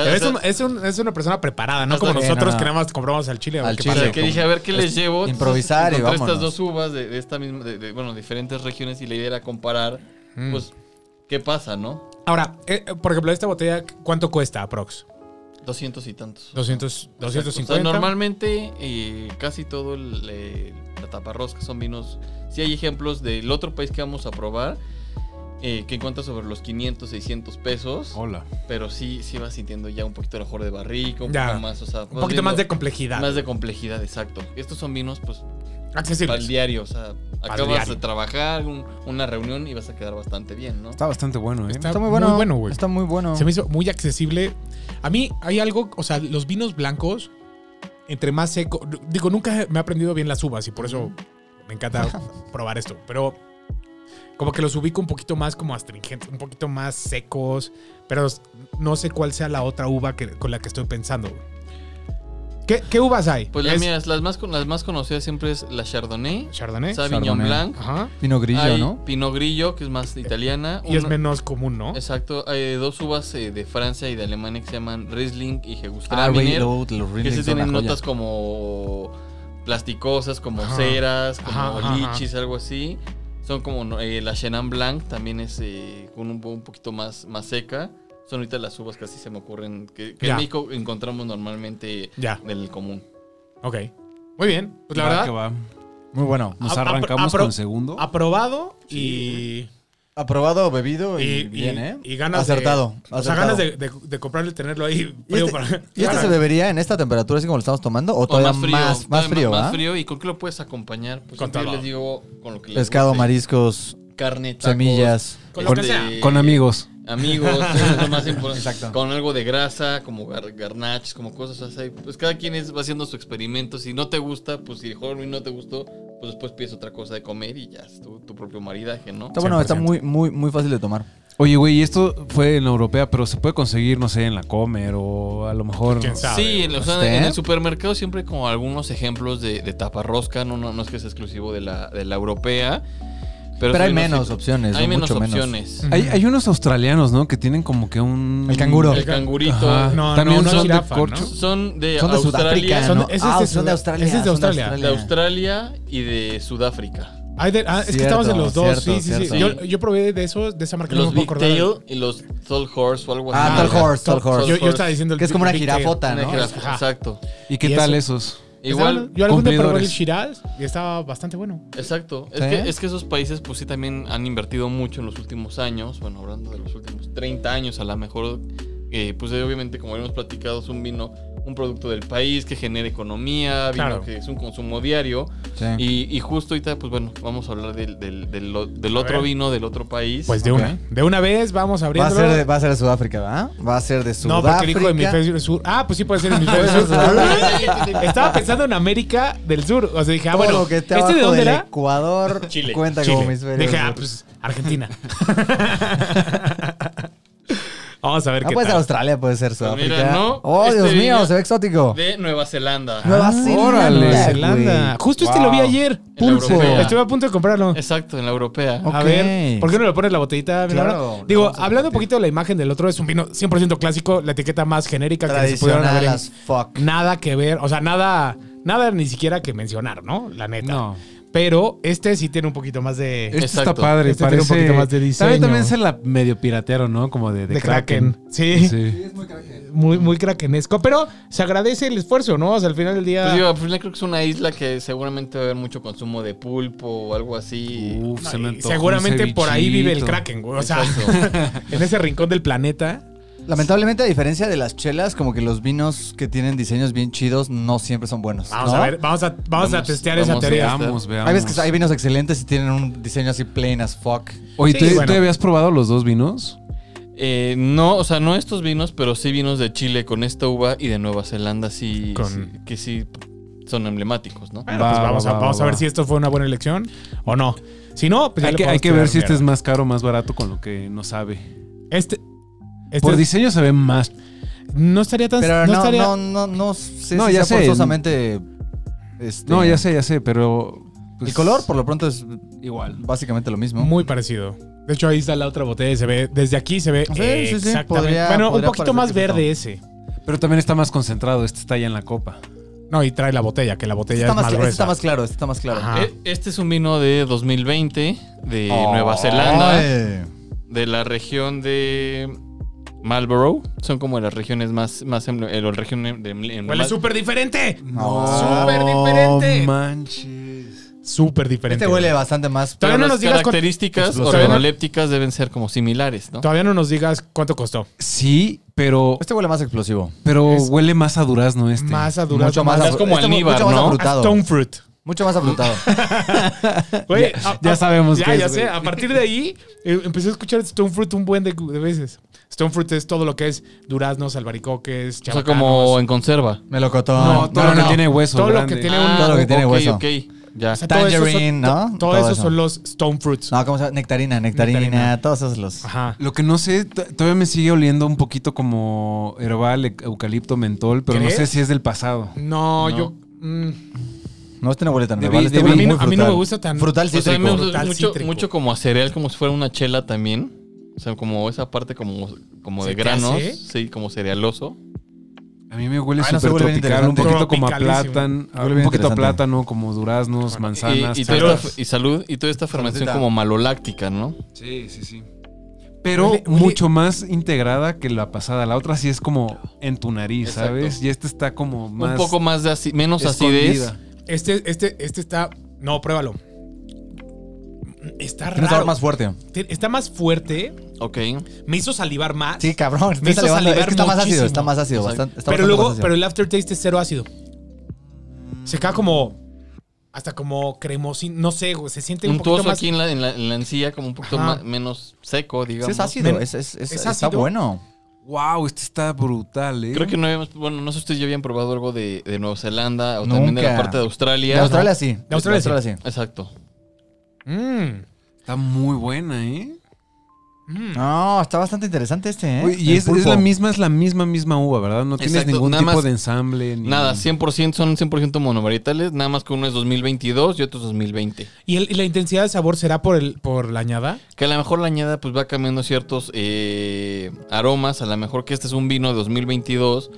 [SPEAKER 4] sea,
[SPEAKER 3] es, un- eh, es, un- es una persona preparada, no
[SPEAKER 4] Hasta- Pues
[SPEAKER 3] como
[SPEAKER 4] Sí,
[SPEAKER 3] nosotros
[SPEAKER 6] no, no.
[SPEAKER 3] que nada más compramos al chile. a ver
[SPEAKER 6] Al
[SPEAKER 3] qué
[SPEAKER 4] O
[SPEAKER 6] chile.
[SPEAKER 3] pasa.
[SPEAKER 4] sea, que dije, a ver qué les llevo. Entonces,
[SPEAKER 6] improvisar y
[SPEAKER 4] encontré estas
[SPEAKER 6] vámonos.
[SPEAKER 4] dos uvas de, de esta misma, de, de, bueno, diferentes regiones y la idea era comparar,
[SPEAKER 3] Mm.
[SPEAKER 4] pues, qué pasa, ¿no?
[SPEAKER 3] Ahora, eh, eh, por ejemplo, esta botella, ¿cuánto cuesta aprox?
[SPEAKER 4] 200 y tantos.
[SPEAKER 3] 200,
[SPEAKER 4] O
[SPEAKER 3] 250.
[SPEAKER 4] sea, normalmente eh, casi todo el, eh, la taparrosca son vinos. Sí hay ejemplos del otro país que vamos a probar eh, que encuentra sobre los 500, 600 pesos,
[SPEAKER 2] Hola.
[SPEAKER 4] pero sí, sí vas sintiendo ya un poquito de mejor de barrica, un
[SPEAKER 3] Ya.
[SPEAKER 4] poco más, o sea,
[SPEAKER 3] Un poquito más de complejidad.
[SPEAKER 4] más de complejidad, exacto. Estos son vinos, pues,
[SPEAKER 3] accesibles.
[SPEAKER 4] para el diario, o sea, acabas
[SPEAKER 3] diario.
[SPEAKER 4] de trabajar, un- una reunión y vas a quedar bastante bien, ¿no?
[SPEAKER 2] Está bastante bueno, ¿eh?
[SPEAKER 3] Está-
[SPEAKER 6] Está muy bueno.
[SPEAKER 3] Muy bueno, güey.
[SPEAKER 6] Está muy bueno.
[SPEAKER 3] Se me hizo muy accesible. A mí hay algo, o sea, los vinos blancos, entre más seco. Digo, nunca me he aprendido bien las uvas y por eso
[SPEAKER 4] <laughs>
[SPEAKER 3] me encanta probar esto. Pero como que los ubico un poquito más como astringentes, un poquito más secos. Pero no sé cuál sea la otra uva que- con la que estoy pensando. güey. ¿Qué, qué uvas hay?
[SPEAKER 4] Pues las
[SPEAKER 3] Es
[SPEAKER 4] mías, las más, con- las más conocidas siempre es la Chardonnay,
[SPEAKER 3] Chardonnay.
[SPEAKER 4] Sauvignon
[SPEAKER 6] Chardonnay.
[SPEAKER 4] Blanc,
[SPEAKER 3] Ajá.
[SPEAKER 6] Pino grillo,
[SPEAKER 4] hay
[SPEAKER 6] ¿no?
[SPEAKER 4] Pinot Grillo, que es más italiana.
[SPEAKER 3] Eh, Y es
[SPEAKER 4] una-
[SPEAKER 3] menos común, ¿no?
[SPEAKER 4] Exacto, hay dos uvas eh, de Francia y de Alemania que se llaman Riesling y
[SPEAKER 6] Ah,
[SPEAKER 4] Gewürztraminer,
[SPEAKER 6] Reload, los
[SPEAKER 4] que sí
[SPEAKER 6] Riesling son
[SPEAKER 4] tienen
[SPEAKER 6] una joya.
[SPEAKER 4] notas como plasticosas, como
[SPEAKER 3] Ajá.
[SPEAKER 4] ceras, como
[SPEAKER 3] Ajá, ajá, ajá.
[SPEAKER 4] lichis, algo así. Son como no, eh, la Chenin Blanc, también es eh, con un, po- un poquito más, más seca. Son ahorita las uvas que así se me ocurren, que, que
[SPEAKER 3] Ya.
[SPEAKER 4] en México encontramos normalmente
[SPEAKER 3] Ya,
[SPEAKER 4] en el común.
[SPEAKER 3] ok. Muy bien. Pues la
[SPEAKER 2] Va
[SPEAKER 3] verdad,
[SPEAKER 2] que va.
[SPEAKER 6] Muy bueno.
[SPEAKER 2] Nos
[SPEAKER 3] Apro-
[SPEAKER 2] arrancamos
[SPEAKER 3] apro-
[SPEAKER 2] con el segundo.
[SPEAKER 3] aprobado y.
[SPEAKER 6] Aprobado, bebido y,
[SPEAKER 3] Y-
[SPEAKER 6] bien,
[SPEAKER 3] y-
[SPEAKER 6] ¿eh?
[SPEAKER 3] y ganas de-
[SPEAKER 6] acertado,
[SPEAKER 3] O sea,
[SPEAKER 6] acertado.
[SPEAKER 3] ganas de, de, de comprarlo y tenerlo ahí. <laughs>
[SPEAKER 6] ¿Y este,
[SPEAKER 3] frío para-
[SPEAKER 6] y este se
[SPEAKER 3] para-
[SPEAKER 6] bebería en esta temperatura así como lo estamos tomando? ¿O
[SPEAKER 4] O
[SPEAKER 6] todavía más frío? Más,
[SPEAKER 4] todavía
[SPEAKER 6] frío, ¿ah?
[SPEAKER 4] más
[SPEAKER 6] ¿va?
[SPEAKER 4] frío. ¿Y con qué lo puedes acompañar? Pues
[SPEAKER 3] Con
[SPEAKER 4] siempre
[SPEAKER 3] todo.
[SPEAKER 4] les digo con lo que les
[SPEAKER 6] Pescado,
[SPEAKER 4] guste.
[SPEAKER 6] mariscos,
[SPEAKER 4] carne, tacos,
[SPEAKER 6] semillas.
[SPEAKER 3] Con lo que
[SPEAKER 4] este,
[SPEAKER 3] sea.
[SPEAKER 2] Con amigos.
[SPEAKER 4] amigos, eso es lo
[SPEAKER 6] <laughs>
[SPEAKER 4] más importante.
[SPEAKER 6] Exacto.
[SPEAKER 4] Con algo de grasa, como gar- garnaches, como cosas así. Pues cada quien es, va haciendo su experimento. Si no te gusta, pues si el Halloween no te gustó, pues después pides otra cosa de comer y ya es tu, tu propio maridaje, ¿no?
[SPEAKER 6] Está bueno, está
[SPEAKER 3] 100%.
[SPEAKER 6] muy, muy, muy fácil de tomar.
[SPEAKER 2] Oye, güey, y esto fue en la europea, pero se puede conseguir, no sé, en la Comer o a lo mejor.
[SPEAKER 3] ¿Quién sabe?
[SPEAKER 4] Sí, en, o sea,
[SPEAKER 6] ¿Usted?
[SPEAKER 4] en el supermercado siempre hay como algunos ejemplos de, de taparrosca, no, no, no es que sea exclusivo de la, de la europea. Pero,
[SPEAKER 6] Pero,
[SPEAKER 4] sí
[SPEAKER 6] hay menos
[SPEAKER 4] unos-
[SPEAKER 6] opciones,
[SPEAKER 4] Hay
[SPEAKER 6] ¿no?
[SPEAKER 4] menos
[SPEAKER 6] Mucho Mm.
[SPEAKER 4] opciones.
[SPEAKER 2] Hay, hay unos australianos, ¿no? Que tienen como que un.
[SPEAKER 6] El canguro.
[SPEAKER 4] El cangurito.
[SPEAKER 2] Ajá.
[SPEAKER 3] No,
[SPEAKER 2] También
[SPEAKER 3] no, no
[SPEAKER 2] son
[SPEAKER 3] es jirafa,
[SPEAKER 2] de corcho.
[SPEAKER 3] ¿no?
[SPEAKER 4] Son de,
[SPEAKER 6] Son de
[SPEAKER 4] Australia.
[SPEAKER 6] Sudáfrica,
[SPEAKER 3] son-
[SPEAKER 6] ¿no?
[SPEAKER 3] ese es
[SPEAKER 6] Ah,
[SPEAKER 3] de
[SPEAKER 6] son
[SPEAKER 3] Sudá-
[SPEAKER 6] de Australia.
[SPEAKER 3] ese es de
[SPEAKER 6] son
[SPEAKER 3] Australia.
[SPEAKER 4] de Australia y de Sudáfrica.
[SPEAKER 3] Hay de- ah, es que
[SPEAKER 6] Cierto,
[SPEAKER 3] estamos en los dos. sí,
[SPEAKER 6] cierto,
[SPEAKER 3] sí,
[SPEAKER 6] cierto.
[SPEAKER 3] sí. Yo, yo probé de esos, de esa marca. no
[SPEAKER 4] Los
[SPEAKER 3] me puedo
[SPEAKER 4] Big
[SPEAKER 3] acordar.
[SPEAKER 4] Tail y los Tall Horse o algo así.
[SPEAKER 6] Ah,
[SPEAKER 3] Tall
[SPEAKER 6] Horse, Tall Horse.
[SPEAKER 3] Yo, yo estaba diciendo el
[SPEAKER 6] Que es como
[SPEAKER 3] Big
[SPEAKER 6] una
[SPEAKER 3] Tail.
[SPEAKER 6] jirafota,
[SPEAKER 4] Una
[SPEAKER 6] ¿no?
[SPEAKER 4] jirafa,
[SPEAKER 3] Ajá.
[SPEAKER 4] Exacto.
[SPEAKER 2] ¿Y qué
[SPEAKER 3] ¿Y
[SPEAKER 2] tal
[SPEAKER 3] eso?
[SPEAKER 2] esos?
[SPEAKER 4] Igual,
[SPEAKER 3] Estaba- yo algún día probé el
[SPEAKER 2] cumplidores.
[SPEAKER 3] Shiraz y estaba bastante bueno.
[SPEAKER 4] exacto. Es,
[SPEAKER 6] ¿Sí?
[SPEAKER 4] que, es que esos países, pues sí, también han invertido mucho en los últimos años. Bueno, hablando de los últimos 30 años, a lo mejor, eh, pues eh, obviamente, como habíamos platicado, es un vino, un producto del país que genera economía, vino
[SPEAKER 3] Claro.
[SPEAKER 4] que es un consumo diario.
[SPEAKER 6] Sí.
[SPEAKER 4] Y, y justo ahorita, pues bueno, vamos a hablar del, del- del lo- del
[SPEAKER 3] A
[SPEAKER 4] otro
[SPEAKER 3] ver.
[SPEAKER 4] vino, del otro país.
[SPEAKER 3] Pues de
[SPEAKER 6] Ok.
[SPEAKER 3] una. De una vez vamos
[SPEAKER 6] Va, a
[SPEAKER 3] abriéndolo.
[SPEAKER 6] ser de, va a ser de Sudáfrica, ¿va? Va a ser de
[SPEAKER 3] no,
[SPEAKER 6] Sudáfrica.
[SPEAKER 3] porque dijo hemisferio sur. Ah, pues sí puede ser hemisferio sur. Estaba pensando en América del Sur. O sea, dije, ah,
[SPEAKER 6] Todo
[SPEAKER 3] bueno,
[SPEAKER 6] lo que esté
[SPEAKER 3] ¿este
[SPEAKER 6] abajo
[SPEAKER 3] de dónde
[SPEAKER 6] del
[SPEAKER 3] era?
[SPEAKER 6] Ecuador
[SPEAKER 4] Chile,
[SPEAKER 6] cuenta
[SPEAKER 3] <laughs> Chile.
[SPEAKER 6] como hemisferio.
[SPEAKER 3] Dije, ah,
[SPEAKER 6] sur.
[SPEAKER 3] pues Argentina. <laughs> Vamos a ver
[SPEAKER 6] Ah,
[SPEAKER 3] qué
[SPEAKER 6] puede ser
[SPEAKER 3] tal.
[SPEAKER 6] Australia, puede ser
[SPEAKER 4] Pues
[SPEAKER 6] Sudáfrica.
[SPEAKER 4] mira, no,
[SPEAKER 6] Oh,
[SPEAKER 4] este
[SPEAKER 6] Dios mío,
[SPEAKER 4] vino-
[SPEAKER 6] se ve exótico. Ah,
[SPEAKER 4] De Nueva Zelanda.
[SPEAKER 6] Nueva Zelanda.
[SPEAKER 2] órale.
[SPEAKER 6] güey.
[SPEAKER 3] Nueva Zelanda. Justo este lo vi ayer.
[SPEAKER 4] Pulpo.
[SPEAKER 6] europea.
[SPEAKER 3] Estuve a punto de comprarlo.
[SPEAKER 4] Exacto, en la europea.
[SPEAKER 6] Ok.
[SPEAKER 3] A ver, ¿por qué no le pones la botellita? mi
[SPEAKER 6] Claro,
[SPEAKER 3] Laura?
[SPEAKER 6] lo
[SPEAKER 3] Digo,
[SPEAKER 6] vamos a
[SPEAKER 3] hablando un
[SPEAKER 6] repetir.
[SPEAKER 3] poquito de la imagen del otro, es un vino 100% clásico, la etiqueta más genérica que se pudieron
[SPEAKER 6] Tradicional
[SPEAKER 3] haber.
[SPEAKER 6] as fuck.
[SPEAKER 3] Nada que ver, o sea, nada, nada ni siquiera que mencionar, ¿no? La neta.
[SPEAKER 2] No.
[SPEAKER 3] Pero este sí tiene un poquito más de.
[SPEAKER 2] Este
[SPEAKER 4] Exacto.
[SPEAKER 2] está padre,
[SPEAKER 3] Este tiene un
[SPEAKER 2] parece.
[SPEAKER 3] poquito más de diseño.
[SPEAKER 2] También, también se la medio piratearon, ¿no? Como de, de
[SPEAKER 3] de Kraken. Sí.
[SPEAKER 2] Sí.
[SPEAKER 5] Sí, es muy crack.
[SPEAKER 3] Muy, muy krakenesco. Pero se agradece el esfuerzo, ¿no? O sea, al final del día.
[SPEAKER 4] Pues digo, al final creo que es una isla que seguramente va a haber mucho consumo de pulpo o algo así.
[SPEAKER 2] Uf,
[SPEAKER 3] No,
[SPEAKER 2] se
[SPEAKER 3] y
[SPEAKER 2] me antojó
[SPEAKER 3] seguramente
[SPEAKER 2] un
[SPEAKER 3] por ahí vive el
[SPEAKER 2] cevichito.
[SPEAKER 3] Kraken, güey. O sea,
[SPEAKER 4] Exacto.
[SPEAKER 3] <laughs> en ese rincón del planeta.
[SPEAKER 6] Lamentablemente, a diferencia de las chelas, como que los vinos que tienen diseños bien chidos no siempre son buenos.
[SPEAKER 3] Vamos
[SPEAKER 6] ¿no?
[SPEAKER 3] a ver, vamos a, vamos a
[SPEAKER 4] Vamos,
[SPEAKER 3] testear esa
[SPEAKER 4] vamos a
[SPEAKER 3] teoría.
[SPEAKER 4] ver.
[SPEAKER 2] Veamos, veamos.
[SPEAKER 6] Hay veces que hay vinos excelentes y tienen un diseño así plain as fuck.
[SPEAKER 2] Oye,
[SPEAKER 3] Sí,
[SPEAKER 2] ¿tú, tú
[SPEAKER 3] bueno.
[SPEAKER 2] habías probado los dos vinos?
[SPEAKER 4] Eh, no, o sea, no estos vinos, pero sí vinos de Chile con esta uva y de Nueva Zelanda, sí,
[SPEAKER 3] Con-
[SPEAKER 4] sí, que sí son emblemáticos, ¿no?
[SPEAKER 3] Bueno,
[SPEAKER 2] Va,
[SPEAKER 3] pues vamos,
[SPEAKER 2] va,
[SPEAKER 3] a,
[SPEAKER 2] va,
[SPEAKER 3] vamos a
[SPEAKER 2] va.
[SPEAKER 3] ver si esto fue una buena elección o no. Si no, pues ya
[SPEAKER 2] hay
[SPEAKER 3] le
[SPEAKER 2] que, hay
[SPEAKER 3] podemos
[SPEAKER 2] que ver
[SPEAKER 3] tirar
[SPEAKER 2] si este es
[SPEAKER 3] mierda.
[SPEAKER 2] más caro o más barato con lo que no sabe.
[SPEAKER 3] Este, este
[SPEAKER 2] Por
[SPEAKER 3] es-
[SPEAKER 2] diseño se ve más.
[SPEAKER 3] no estaría tan.
[SPEAKER 6] Pero no,
[SPEAKER 3] no estaría-
[SPEAKER 6] no, no, no sé
[SPEAKER 2] No,
[SPEAKER 6] si
[SPEAKER 2] ya
[SPEAKER 6] sea
[SPEAKER 2] sé.
[SPEAKER 6] forzosamente. este,
[SPEAKER 2] No, ya sé, ya sé, pero. pues,
[SPEAKER 6] el color, por lo pronto, es
[SPEAKER 2] Igual.
[SPEAKER 6] básicamente lo mismo.
[SPEAKER 3] Muy parecido. De hecho, ahí está la otra botella. Se ve, desde aquí se ve.
[SPEAKER 6] Ah, Sí, sí, sí,
[SPEAKER 3] exactamente.
[SPEAKER 6] podría-
[SPEAKER 3] bueno, un
[SPEAKER 6] podría
[SPEAKER 3] poquito
[SPEAKER 6] parecer
[SPEAKER 3] más
[SPEAKER 6] que sí,
[SPEAKER 3] verde
[SPEAKER 6] no.
[SPEAKER 3] ese.
[SPEAKER 2] Pero también está más concentrado. Este está ya en la copa.
[SPEAKER 3] No, y trae la botella, que la
[SPEAKER 6] Este
[SPEAKER 3] botella
[SPEAKER 6] está,
[SPEAKER 3] es más,
[SPEAKER 6] más, cla- este
[SPEAKER 3] gruesa.
[SPEAKER 6] está más claro, este está más claro.
[SPEAKER 3] Ajá.
[SPEAKER 4] Eh, Este es un vino de 2020 de
[SPEAKER 6] Oh.
[SPEAKER 4] Nueva Zelanda,
[SPEAKER 6] Ay.
[SPEAKER 4] de la región de Marlborough. Son como las regiones más, más emble- eh, las regiones de emble-
[SPEAKER 3] Huele
[SPEAKER 4] emblema-
[SPEAKER 3] súper diferente.
[SPEAKER 6] No.
[SPEAKER 3] Súper diferente.
[SPEAKER 2] manches.
[SPEAKER 3] Súper diferente.
[SPEAKER 6] Este huele bastante más.
[SPEAKER 4] Pero
[SPEAKER 3] Todavía no
[SPEAKER 4] las
[SPEAKER 3] nos digas cuál-
[SPEAKER 4] características
[SPEAKER 3] Explosivo.
[SPEAKER 4] organolépticas deben ser como similares, ¿no?
[SPEAKER 3] Todavía no nos digas cuánto costó.
[SPEAKER 2] Sí, pero.
[SPEAKER 6] Este huele más explosivo.
[SPEAKER 2] Pero
[SPEAKER 3] Es-
[SPEAKER 2] huele más a durazno este.
[SPEAKER 3] Más a durazno,
[SPEAKER 6] mucho
[SPEAKER 3] más
[SPEAKER 6] más,
[SPEAKER 4] es como
[SPEAKER 6] este mu-
[SPEAKER 4] almíbar,
[SPEAKER 6] mucho más
[SPEAKER 4] ¿no?
[SPEAKER 3] a
[SPEAKER 6] afrutado.
[SPEAKER 3] stone fruit.
[SPEAKER 6] Mucho
[SPEAKER 3] <laughs>
[SPEAKER 6] más afrutado.
[SPEAKER 3] Güey,
[SPEAKER 2] Ya-
[SPEAKER 3] a-
[SPEAKER 2] ya
[SPEAKER 3] a-
[SPEAKER 2] sabemos
[SPEAKER 3] ya,
[SPEAKER 2] qué es,
[SPEAKER 3] ya
[SPEAKER 2] güey.
[SPEAKER 3] sé. A partir de ahí eh, empecé a escuchar Stone Fruit un buen de, de veces. Stone Fruit es todo lo que es duraznos, albaricoques,
[SPEAKER 4] o sea,
[SPEAKER 3] chabacanos.
[SPEAKER 4] como en conserva.
[SPEAKER 6] Melocotón.
[SPEAKER 2] No, todo lo que tiene hueso.
[SPEAKER 3] Todo lo
[SPEAKER 2] grande.
[SPEAKER 3] que tiene un-
[SPEAKER 6] Todo lo que tiene
[SPEAKER 4] Ah, ok,
[SPEAKER 6] hueso.
[SPEAKER 4] ok, ya.
[SPEAKER 3] O sea, todo eso son-
[SPEAKER 6] Tangerine, ¿no?
[SPEAKER 3] to- Todo,
[SPEAKER 6] Todo
[SPEAKER 3] eso,
[SPEAKER 6] eso. Ah.
[SPEAKER 3] son los Stone Fruits.
[SPEAKER 6] No, ¿cómo se llama? Nectarina, nectarina,
[SPEAKER 3] Nectarina. Ah.
[SPEAKER 6] todos esos los.
[SPEAKER 3] Ajá.
[SPEAKER 2] Lo que no sé, t- todavía me sigue oliendo un poquito como herbal, e- eucalipto, mentol, pero no sé
[SPEAKER 3] ¿Crees?
[SPEAKER 2] si es del pasado.
[SPEAKER 3] No,
[SPEAKER 4] No.
[SPEAKER 3] yo. mm,
[SPEAKER 6] No, este no huele tan
[SPEAKER 2] De
[SPEAKER 6] rival,
[SPEAKER 2] vi-
[SPEAKER 6] este
[SPEAKER 2] de
[SPEAKER 6] huele
[SPEAKER 2] vi-
[SPEAKER 6] muy
[SPEAKER 3] a mí no- a mí no
[SPEAKER 6] frutal.
[SPEAKER 3] me gusta tan-
[SPEAKER 6] Frutal
[SPEAKER 4] O sea, a mí
[SPEAKER 6] cítrico.
[SPEAKER 4] me gusta
[SPEAKER 3] Frutal
[SPEAKER 4] mucho,
[SPEAKER 3] cítrico.
[SPEAKER 4] mucho como a cereal, como si fuera una chela también. O sea, como esa parte como, como
[SPEAKER 3] ¿Se
[SPEAKER 4] de
[SPEAKER 3] te
[SPEAKER 4] granos.
[SPEAKER 3] hace?
[SPEAKER 4] Sí, como cerealoso.
[SPEAKER 2] A mí me huele
[SPEAKER 6] Ah, no,
[SPEAKER 2] súper
[SPEAKER 6] se vuelve bien
[SPEAKER 2] tropical, un
[SPEAKER 6] interesante.
[SPEAKER 2] poquito como a
[SPEAKER 3] Tropicalísimo.
[SPEAKER 2] plátano,
[SPEAKER 6] Se vuelve
[SPEAKER 2] un
[SPEAKER 6] bien
[SPEAKER 2] poquito a
[SPEAKER 6] interesante.
[SPEAKER 2] plátano, como duraznos, manzanas.
[SPEAKER 4] y, y
[SPEAKER 2] chapas.
[SPEAKER 4] toda esta- y salud. Y toda esta fermentación
[SPEAKER 6] Saludcita.
[SPEAKER 4] como maloláctica, ¿no?
[SPEAKER 2] Sí, sí, sí. Pero
[SPEAKER 3] Huele- huele-
[SPEAKER 2] mucho más integrada que la pasada. La otra sí es como en tu nariz,
[SPEAKER 4] Exacto.
[SPEAKER 2] ¿sabes? Y esta está como más.
[SPEAKER 4] Un poco más de aci- menos acidez.
[SPEAKER 2] escondida.
[SPEAKER 3] Este, este, este está. No, pruébalo. Está
[SPEAKER 6] Tiene un sabor
[SPEAKER 3] raro.
[SPEAKER 6] más fuerte.
[SPEAKER 3] Te- Está más fuerte.
[SPEAKER 4] Ok.
[SPEAKER 3] Me hizo salivar más.
[SPEAKER 6] Sí, cabrón.
[SPEAKER 3] Me
[SPEAKER 6] está
[SPEAKER 3] hizo
[SPEAKER 6] elevando.
[SPEAKER 3] salivar
[SPEAKER 6] Es que está más
[SPEAKER 3] muchísimo.
[SPEAKER 6] ácido, está más ácido.
[SPEAKER 4] Exacto.
[SPEAKER 6] Bastante, está
[SPEAKER 3] pero
[SPEAKER 6] bastante
[SPEAKER 3] luego,
[SPEAKER 6] más ácido.
[SPEAKER 3] pero el aftertaste es cero ácido. Se queda como. Hasta como cremosín. No sé, güey, Se siente un,
[SPEAKER 4] Un
[SPEAKER 3] poquito
[SPEAKER 4] tuoso
[SPEAKER 3] más.
[SPEAKER 4] aquí en la, en la- en la encía, como un poquito
[SPEAKER 3] Ajá.
[SPEAKER 4] ma- menos seco, digamos.
[SPEAKER 6] Sí, es ácido.
[SPEAKER 3] Me-
[SPEAKER 6] Es, es, es-
[SPEAKER 3] ¿Es
[SPEAKER 6] está
[SPEAKER 3] ácido?
[SPEAKER 6] bueno.
[SPEAKER 2] Wow, este está brutal, ¿eh?
[SPEAKER 4] Creo que no habíamos. Bueno, no sé si ustedes ya habían probado algo de, de Nueva Zelanda o también de la
[SPEAKER 6] Nunca.
[SPEAKER 4] parte de Australia.
[SPEAKER 6] De Australia sí.
[SPEAKER 3] De Australia sí.
[SPEAKER 6] sí.
[SPEAKER 4] Exacto.
[SPEAKER 3] Mm,
[SPEAKER 2] está muy buena, ¿eh?
[SPEAKER 3] mm.
[SPEAKER 6] No, está bastante interesante este, ¿eh?
[SPEAKER 2] Oye, y es,
[SPEAKER 6] El
[SPEAKER 2] es
[SPEAKER 6] pulpo.
[SPEAKER 2] la misma, es la misma, misma uva, ¿verdad? No tienes
[SPEAKER 4] Exacto,
[SPEAKER 2] ningún
[SPEAKER 4] nada
[SPEAKER 2] tipo
[SPEAKER 4] más-
[SPEAKER 2] de ensamble. ni-
[SPEAKER 4] Nada, 100% son 100% monovarietales, nada más que uno es 2022 y otro es 2020.
[SPEAKER 3] ¿Y, el- y la intensidad de sabor será por, el, por la añada?
[SPEAKER 4] Que a lo mejor la añada pues va cambiando ciertos eh, aromas, a lo mejor que este es un vino de 2022,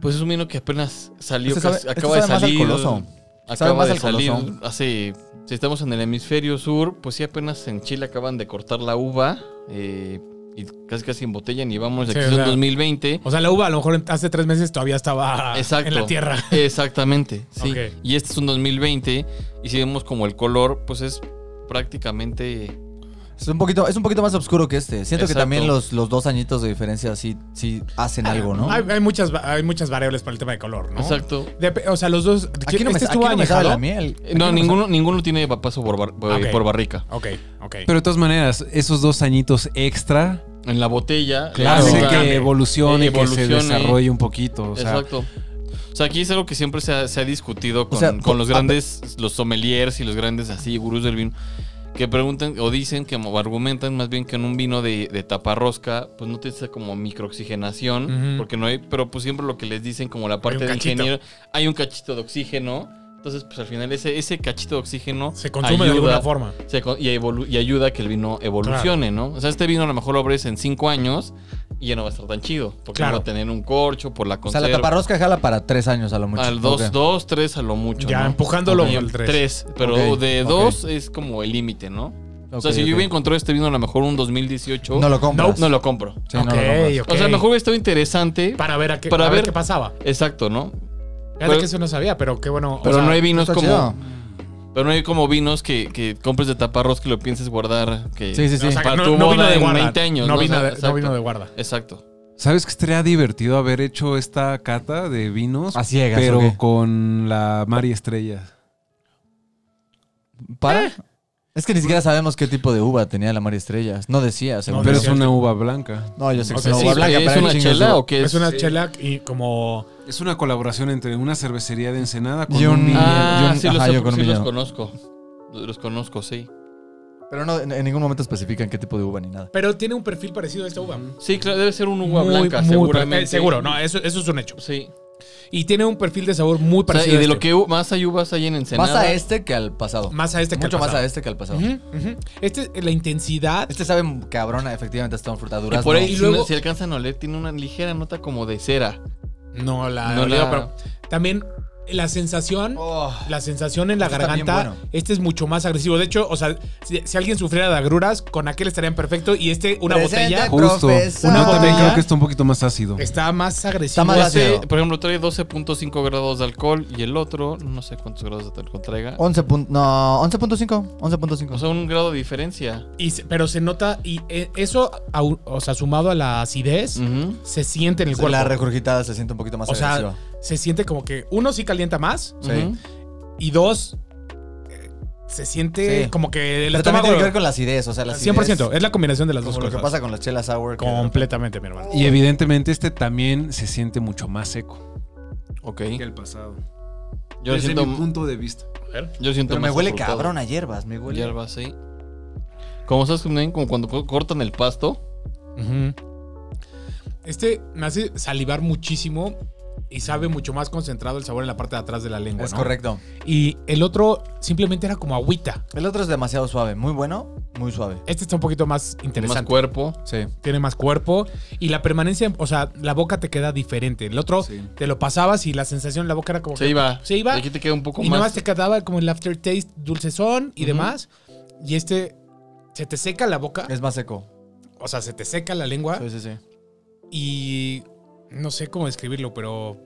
[SPEAKER 4] pues es un vino que apenas salió,
[SPEAKER 6] Este
[SPEAKER 4] que
[SPEAKER 6] sabe-
[SPEAKER 4] es-
[SPEAKER 6] este
[SPEAKER 4] acaba
[SPEAKER 6] sabe
[SPEAKER 4] de
[SPEAKER 6] más
[SPEAKER 4] salir,
[SPEAKER 6] alcoholoso. Sabe
[SPEAKER 4] acaba
[SPEAKER 6] más
[SPEAKER 4] de
[SPEAKER 6] alcoholoso.
[SPEAKER 4] salir hace, si estamos en el hemisferio sur, pues sí apenas en Chile acaban de cortar la uva eh, y casi casi embotellan y vamos,
[SPEAKER 3] Sí,
[SPEAKER 4] aquí
[SPEAKER 3] o
[SPEAKER 4] es
[SPEAKER 3] sea,
[SPEAKER 4] 2020.
[SPEAKER 3] O sea, la uva a lo mejor en- hace tres meses todavía estaba
[SPEAKER 4] Exacto.
[SPEAKER 3] en la tierra.
[SPEAKER 4] Exactamente, sí.
[SPEAKER 3] Ok.
[SPEAKER 4] Y este es un 2020 y si vemos como el color, pues es prácticamente...
[SPEAKER 6] Es un poquito, es un poquito más oscuro que este. Siento que
[SPEAKER 4] Exacto.
[SPEAKER 6] también los, los dos añitos de diferencia sí, sí hacen algo, ¿no?
[SPEAKER 3] Hay, hay muchas, va- hay muchas variables para el tema de color, ¿no?
[SPEAKER 4] Exacto.
[SPEAKER 3] Dep- o sea, los dos.
[SPEAKER 6] Aquí no me,
[SPEAKER 3] ¿Este
[SPEAKER 6] aquí
[SPEAKER 3] estuvo
[SPEAKER 6] no me sabe
[SPEAKER 3] añejado?
[SPEAKER 6] la miel.
[SPEAKER 4] Eh, No,
[SPEAKER 6] Aquí me sabe-
[SPEAKER 4] ninguno, ninguno tiene papazo por, bar- por-
[SPEAKER 3] Ok.
[SPEAKER 4] por barrica.
[SPEAKER 3] Ok, ok.
[SPEAKER 2] Pero de todas maneras, esos dos añitos extra
[SPEAKER 4] En la botella.
[SPEAKER 3] Claro.
[SPEAKER 4] la
[SPEAKER 2] hace
[SPEAKER 4] uva,
[SPEAKER 3] Claro.
[SPEAKER 2] que evolucione,
[SPEAKER 4] Eh,
[SPEAKER 2] que se
[SPEAKER 4] evolucione.
[SPEAKER 2] desarrolle un poquito. O sea,
[SPEAKER 4] Exacto. O sea, aquí es algo que siempre se ha, se ha discutido con,
[SPEAKER 6] sea,
[SPEAKER 4] con
[SPEAKER 6] por-
[SPEAKER 4] los
[SPEAKER 6] a-
[SPEAKER 4] grandes, los sommeliers y los grandes así, gurús del vino, que preguntan o dicen que o argumentan más bien que en un vino de, de taparrosca, pues no te está como microoxigenación,
[SPEAKER 3] Ujú.
[SPEAKER 4] porque no hay, pero pues siempre lo que les dicen como la parte
[SPEAKER 3] un
[SPEAKER 4] de
[SPEAKER 3] cachito.
[SPEAKER 4] ingeniero, hay un cachito de oxígeno Entonces, pues al final ese, ese cachito de oxígeno
[SPEAKER 3] Se consume de alguna forma.
[SPEAKER 4] se con- y, evolu- y ayuda a que el vino evolucione, ¿no? O sea, este vino a lo mejor lo abres en cinco años y ya no va a estar tan chido. Porque
[SPEAKER 3] Claro.
[SPEAKER 4] no va a tener un corcho por la
[SPEAKER 6] O sea,
[SPEAKER 4] conserva.
[SPEAKER 6] la taparrosca jala para tres años a lo mucho.
[SPEAKER 4] al 2,
[SPEAKER 6] Ok.
[SPEAKER 4] 2, 3 a lo mucho.
[SPEAKER 3] Ya,
[SPEAKER 4] ¿no?
[SPEAKER 3] empujándolo
[SPEAKER 4] Ok,
[SPEAKER 3] al tres.
[SPEAKER 4] tres, pero
[SPEAKER 6] Ok,
[SPEAKER 4] de
[SPEAKER 6] ok.
[SPEAKER 4] 2 es como el límite, ¿no? o sea,
[SPEAKER 6] Ok,
[SPEAKER 4] si yo
[SPEAKER 6] ok.
[SPEAKER 4] hubiera encontrado este vino a lo mejor un 2018,
[SPEAKER 6] No lo compras.
[SPEAKER 4] no lo compro.
[SPEAKER 6] Sí, no lo compras.
[SPEAKER 3] ok.
[SPEAKER 4] O sea, a lo mejor hubiera estado interesante.
[SPEAKER 3] Para ver, a qué,
[SPEAKER 4] para
[SPEAKER 3] a ver
[SPEAKER 4] ver-
[SPEAKER 3] qué pasaba.
[SPEAKER 4] Exacto, ¿no?
[SPEAKER 3] Fíjate
[SPEAKER 4] Pero-
[SPEAKER 3] que eso no sabía, pero qué bueno. o
[SPEAKER 4] Pero
[SPEAKER 3] sea,
[SPEAKER 4] no hay vinos
[SPEAKER 6] Está
[SPEAKER 4] como.
[SPEAKER 6] chido.
[SPEAKER 4] Pero no hay como vinos que, que compres de taparros que lo pienses guardar. Que,
[SPEAKER 6] Sí, sí, sí.
[SPEAKER 3] o sea, que
[SPEAKER 4] para
[SPEAKER 3] no,
[SPEAKER 4] tu
[SPEAKER 3] no vino
[SPEAKER 4] boda
[SPEAKER 3] de
[SPEAKER 4] en
[SPEAKER 3] guarda.
[SPEAKER 4] 20 años,
[SPEAKER 3] no,
[SPEAKER 4] ¿no?
[SPEAKER 3] vino
[SPEAKER 4] O sea,
[SPEAKER 3] de, no
[SPEAKER 4] exacto.
[SPEAKER 3] vino de guarda.
[SPEAKER 4] Exacto.
[SPEAKER 2] ¿Sabes que estaría divertido haber hecho esta cata de vinos?
[SPEAKER 6] A ciegas,
[SPEAKER 2] Pero
[SPEAKER 6] ok.
[SPEAKER 2] con la Mari Estrella.
[SPEAKER 6] ¿Para?
[SPEAKER 4] ¿Eh?
[SPEAKER 6] Es que ni siquiera sabemos qué tipo de uva tenía la María Estrellas. No decía, según
[SPEAKER 2] pero
[SPEAKER 6] yo.
[SPEAKER 2] es
[SPEAKER 3] cierto.
[SPEAKER 2] una uva blanca.
[SPEAKER 6] No, yo sé que
[SPEAKER 3] O
[SPEAKER 6] es una
[SPEAKER 3] sea,
[SPEAKER 6] uva
[SPEAKER 3] sí,
[SPEAKER 6] blanca,
[SPEAKER 4] ¿Es
[SPEAKER 6] pero
[SPEAKER 4] una
[SPEAKER 6] hay chingos de
[SPEAKER 4] chela
[SPEAKER 6] uva.
[SPEAKER 4] o qué es?
[SPEAKER 3] Es una chela y como.
[SPEAKER 2] Es una colaboración entre una cervecería de Ensenada con
[SPEAKER 6] Y un-
[SPEAKER 2] un niño.
[SPEAKER 4] Ah,
[SPEAKER 6] Yo-
[SPEAKER 4] sí,
[SPEAKER 6] ajá,
[SPEAKER 4] los,
[SPEAKER 6] yo con
[SPEAKER 4] sí
[SPEAKER 6] un
[SPEAKER 4] los
[SPEAKER 6] millón.
[SPEAKER 4] conozco. Los conozco, sí.
[SPEAKER 6] Pero no, en en ningún momento especifican qué tipo de uva ni nada.
[SPEAKER 3] Pero tiene un perfil parecido a esta uva.
[SPEAKER 4] Sí, claro, debe ser un uva
[SPEAKER 3] Muy,
[SPEAKER 4] blanca,
[SPEAKER 3] muy
[SPEAKER 4] seguramente.
[SPEAKER 3] perfil- Seguro, no, eso, eso es un hecho.
[SPEAKER 4] Sí.
[SPEAKER 3] Y tiene un perfil de sabor
[SPEAKER 4] O
[SPEAKER 3] muy
[SPEAKER 4] sea,
[SPEAKER 3] parecido.
[SPEAKER 4] y de
[SPEAKER 3] a
[SPEAKER 4] lo
[SPEAKER 3] este.
[SPEAKER 4] que hu- más hay uvas hay en Ensenada.
[SPEAKER 6] Más a este que al pasado.
[SPEAKER 3] Más a este que
[SPEAKER 6] Mucho
[SPEAKER 3] al
[SPEAKER 6] más
[SPEAKER 3] pasado.
[SPEAKER 6] a este que al pasado.
[SPEAKER 3] Ujú, ujú. Este, la intensidad.
[SPEAKER 6] Este sabe cabrona, efectivamente, hasta un
[SPEAKER 4] Y
[SPEAKER 6] frutaduras.
[SPEAKER 4] por ahí,
[SPEAKER 3] Y
[SPEAKER 4] si,
[SPEAKER 3] luego-
[SPEAKER 4] no- si alcanzan a oler, tiene una ligera nota como de cera.
[SPEAKER 3] No la he
[SPEAKER 4] No
[SPEAKER 3] olido,
[SPEAKER 4] la-
[SPEAKER 3] pero también la sensación.
[SPEAKER 6] Oh.
[SPEAKER 3] La sensación en la
[SPEAKER 6] Este está bien
[SPEAKER 3] garganta,
[SPEAKER 6] bueno.
[SPEAKER 3] este es mucho más agresivo. De hecho, o sea, si, si alguien sufriera de agruras, con aquel estarían perfecto. Y este, una botella,
[SPEAKER 2] Justo.
[SPEAKER 6] Profesor.
[SPEAKER 2] Yo también
[SPEAKER 3] botella.
[SPEAKER 2] creo que está un poquito más ácido.
[SPEAKER 3] está más agresivo.
[SPEAKER 6] Está más
[SPEAKER 3] Este-
[SPEAKER 6] ácido.
[SPEAKER 4] Este, por ejemplo, trae 12.5 grados de alcohol y el otro, no sé cuántos grados de alcohol traiga.
[SPEAKER 6] 11 pun- no, 11.5. 11.5.
[SPEAKER 4] O sea, un grado de diferencia.
[SPEAKER 3] y se- pero se nota, y eh, eso, au- o sea, sumado a la acidez,
[SPEAKER 4] Ujú.
[SPEAKER 3] se siente en el
[SPEAKER 6] Sí,
[SPEAKER 3] cuerpo.
[SPEAKER 6] Mm. la regurgitada se siente un poquito más
[SPEAKER 3] O sea,
[SPEAKER 6] agresiva.
[SPEAKER 3] se siente como que, uno, sí calienta más,
[SPEAKER 6] Sí.
[SPEAKER 4] Ujú.
[SPEAKER 3] y dos, eh, se siente
[SPEAKER 6] Sí.
[SPEAKER 3] como que el
[SPEAKER 6] Pero también
[SPEAKER 3] estómago...
[SPEAKER 6] tiene que ver con la acidez, o sea, la acidez.
[SPEAKER 3] 100%, es la combinación de las dos
[SPEAKER 6] Como lo que
[SPEAKER 3] cosas.
[SPEAKER 6] pasa con las chelas sour. que-
[SPEAKER 3] Completamente, mi hermano.
[SPEAKER 2] Y evidentemente este también se siente mucho más seco
[SPEAKER 4] Ok.
[SPEAKER 2] que el pasado.
[SPEAKER 4] Yo lo
[SPEAKER 2] Desde
[SPEAKER 4] siento,
[SPEAKER 2] mi punto de vista.
[SPEAKER 4] yo siento
[SPEAKER 6] Pero me
[SPEAKER 4] más
[SPEAKER 6] huele
[SPEAKER 4] afrutado.
[SPEAKER 6] cabrón a hierbas, me huele.
[SPEAKER 4] Hierba, sí. Como sabes, también como cuando co- cortan el pasto.
[SPEAKER 3] Este me hace salivar muchísimo y sabe mucho más concentrado el sabor en la parte de atrás de la lengua.
[SPEAKER 6] Es
[SPEAKER 3] ¿no?
[SPEAKER 6] correcto.
[SPEAKER 3] Y el otro simplemente era como agüita.
[SPEAKER 6] El otro es demasiado suave, muy bueno, muy suave.
[SPEAKER 3] Este está un poquito más
[SPEAKER 4] Más
[SPEAKER 3] interesante.
[SPEAKER 4] cuerpo.
[SPEAKER 6] Sí.
[SPEAKER 3] Tiene más cuerpo y la permanencia, o sea, la boca te queda diferente. El otro
[SPEAKER 2] Sí.
[SPEAKER 3] te lo pasabas y la sensación en la boca era como
[SPEAKER 4] Se
[SPEAKER 3] que-
[SPEAKER 4] iba.
[SPEAKER 3] Se iba.
[SPEAKER 4] Aquí te queda un poco
[SPEAKER 3] Y
[SPEAKER 4] más.
[SPEAKER 3] nada más te quedaba como el aftertaste dulcezón y
[SPEAKER 4] Ujú.
[SPEAKER 3] demás. Y este se te seca la boca,
[SPEAKER 6] Es más seco.
[SPEAKER 3] o sea, se te seca la lengua.
[SPEAKER 6] Sí, sí, sí.
[SPEAKER 3] y no sé cómo describirlo, pero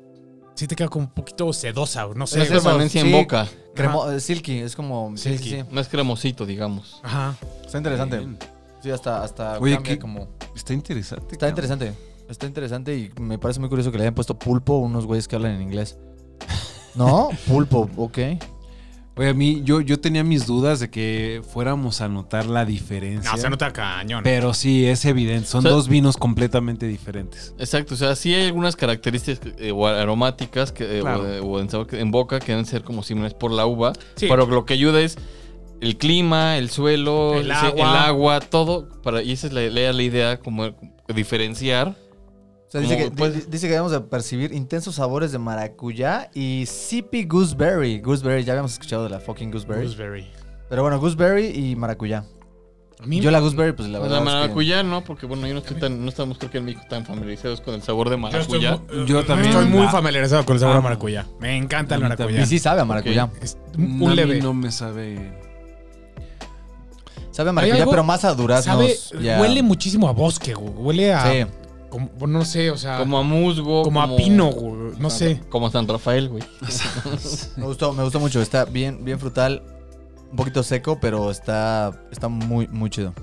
[SPEAKER 3] sí te queda como un poquito sedosa, no sé.
[SPEAKER 4] Es permanencia en
[SPEAKER 6] sí.
[SPEAKER 4] boca.
[SPEAKER 6] Cremo- eh, silky, es como. sí,
[SPEAKER 3] Silky.
[SPEAKER 6] Sí, sí.
[SPEAKER 4] No es cremosito, digamos.
[SPEAKER 3] Ajá.
[SPEAKER 6] Está interesante.
[SPEAKER 2] Bien.
[SPEAKER 6] Sí, hasta, hasta
[SPEAKER 2] Oye,
[SPEAKER 6] cambia
[SPEAKER 2] ¿qué-
[SPEAKER 6] como.
[SPEAKER 2] Está interesante.
[SPEAKER 6] Está
[SPEAKER 2] cabrón.
[SPEAKER 6] interesante. Está interesante y me parece muy curioso que le hayan puesto pulpo a unos güeyes que hablan en <laughs> inglés. No, pulpo, ok.
[SPEAKER 2] Oye, a mí yo, yo tenía mis dudas de que fuéramos a notar la diferencia.
[SPEAKER 3] No, se nota cañón.
[SPEAKER 2] Pero sí, es evidente. Son
[SPEAKER 4] O sea-
[SPEAKER 2] dos vinos completamente diferentes.
[SPEAKER 4] Exacto, o sea, sí hay algunas características eh, o aromáticas que, eh,
[SPEAKER 2] Claro.
[SPEAKER 4] o, de- o en, sabor que- en boca que deben ser como similares por la uva,
[SPEAKER 3] Sí. pues,
[SPEAKER 4] pero lo que ayuda es el clima, el suelo,
[SPEAKER 3] El
[SPEAKER 4] sí,
[SPEAKER 3] agua.
[SPEAKER 4] agua, todo, para, y esa es la, la- la idea, como diferenciar.
[SPEAKER 6] O sea, dice
[SPEAKER 4] Como,
[SPEAKER 6] que,
[SPEAKER 4] pues-
[SPEAKER 6] di- dice que debemos de percibir intensos sabores de maracuyá y sippy gooseberry. Gooseberry, ya habíamos escuchado de la fucking gooseberry.
[SPEAKER 3] Gooseberry.
[SPEAKER 6] Pero bueno, gooseberry y maracuyá.
[SPEAKER 3] A mí
[SPEAKER 6] Yo la gooseberry, pues la
[SPEAKER 4] La,
[SPEAKER 6] verdad es que-
[SPEAKER 4] maracuyá, ¿no? Porque bueno, yo no estoy tan, no estamos creo que en México tan familiarizados con el sabor de
[SPEAKER 3] yo estoy,
[SPEAKER 4] maracuyá.
[SPEAKER 3] mu-
[SPEAKER 2] Yo también
[SPEAKER 3] Estoy muy eh,
[SPEAKER 2] la-
[SPEAKER 3] familiarizado con el sabor de
[SPEAKER 2] amo.
[SPEAKER 3] maracuyá. Me encanta el
[SPEAKER 2] A mí también.
[SPEAKER 3] maracuyá.
[SPEAKER 6] Y sí sabe a maracuyá.
[SPEAKER 3] Es un
[SPEAKER 2] No, a mí
[SPEAKER 3] leve.
[SPEAKER 2] no me sabe.
[SPEAKER 6] Sabe a
[SPEAKER 3] Hay
[SPEAKER 6] maracuyá,
[SPEAKER 3] algo-
[SPEAKER 6] pero más a
[SPEAKER 3] Sabe,
[SPEAKER 6] duraznos. ya.
[SPEAKER 3] huele muchísimo a bosque, güey. Huele a.
[SPEAKER 6] Sí.
[SPEAKER 3] como- no sé, o sea.
[SPEAKER 4] Como
[SPEAKER 3] Como,
[SPEAKER 4] Ah, a musgo.
[SPEAKER 3] a pino, güey. No sé.
[SPEAKER 4] Como San Rafael, güey.
[SPEAKER 6] Me gustó, me gustó mucho. Está bien, bien frutal. Un poquito seco, pero está, está muy, muy chido.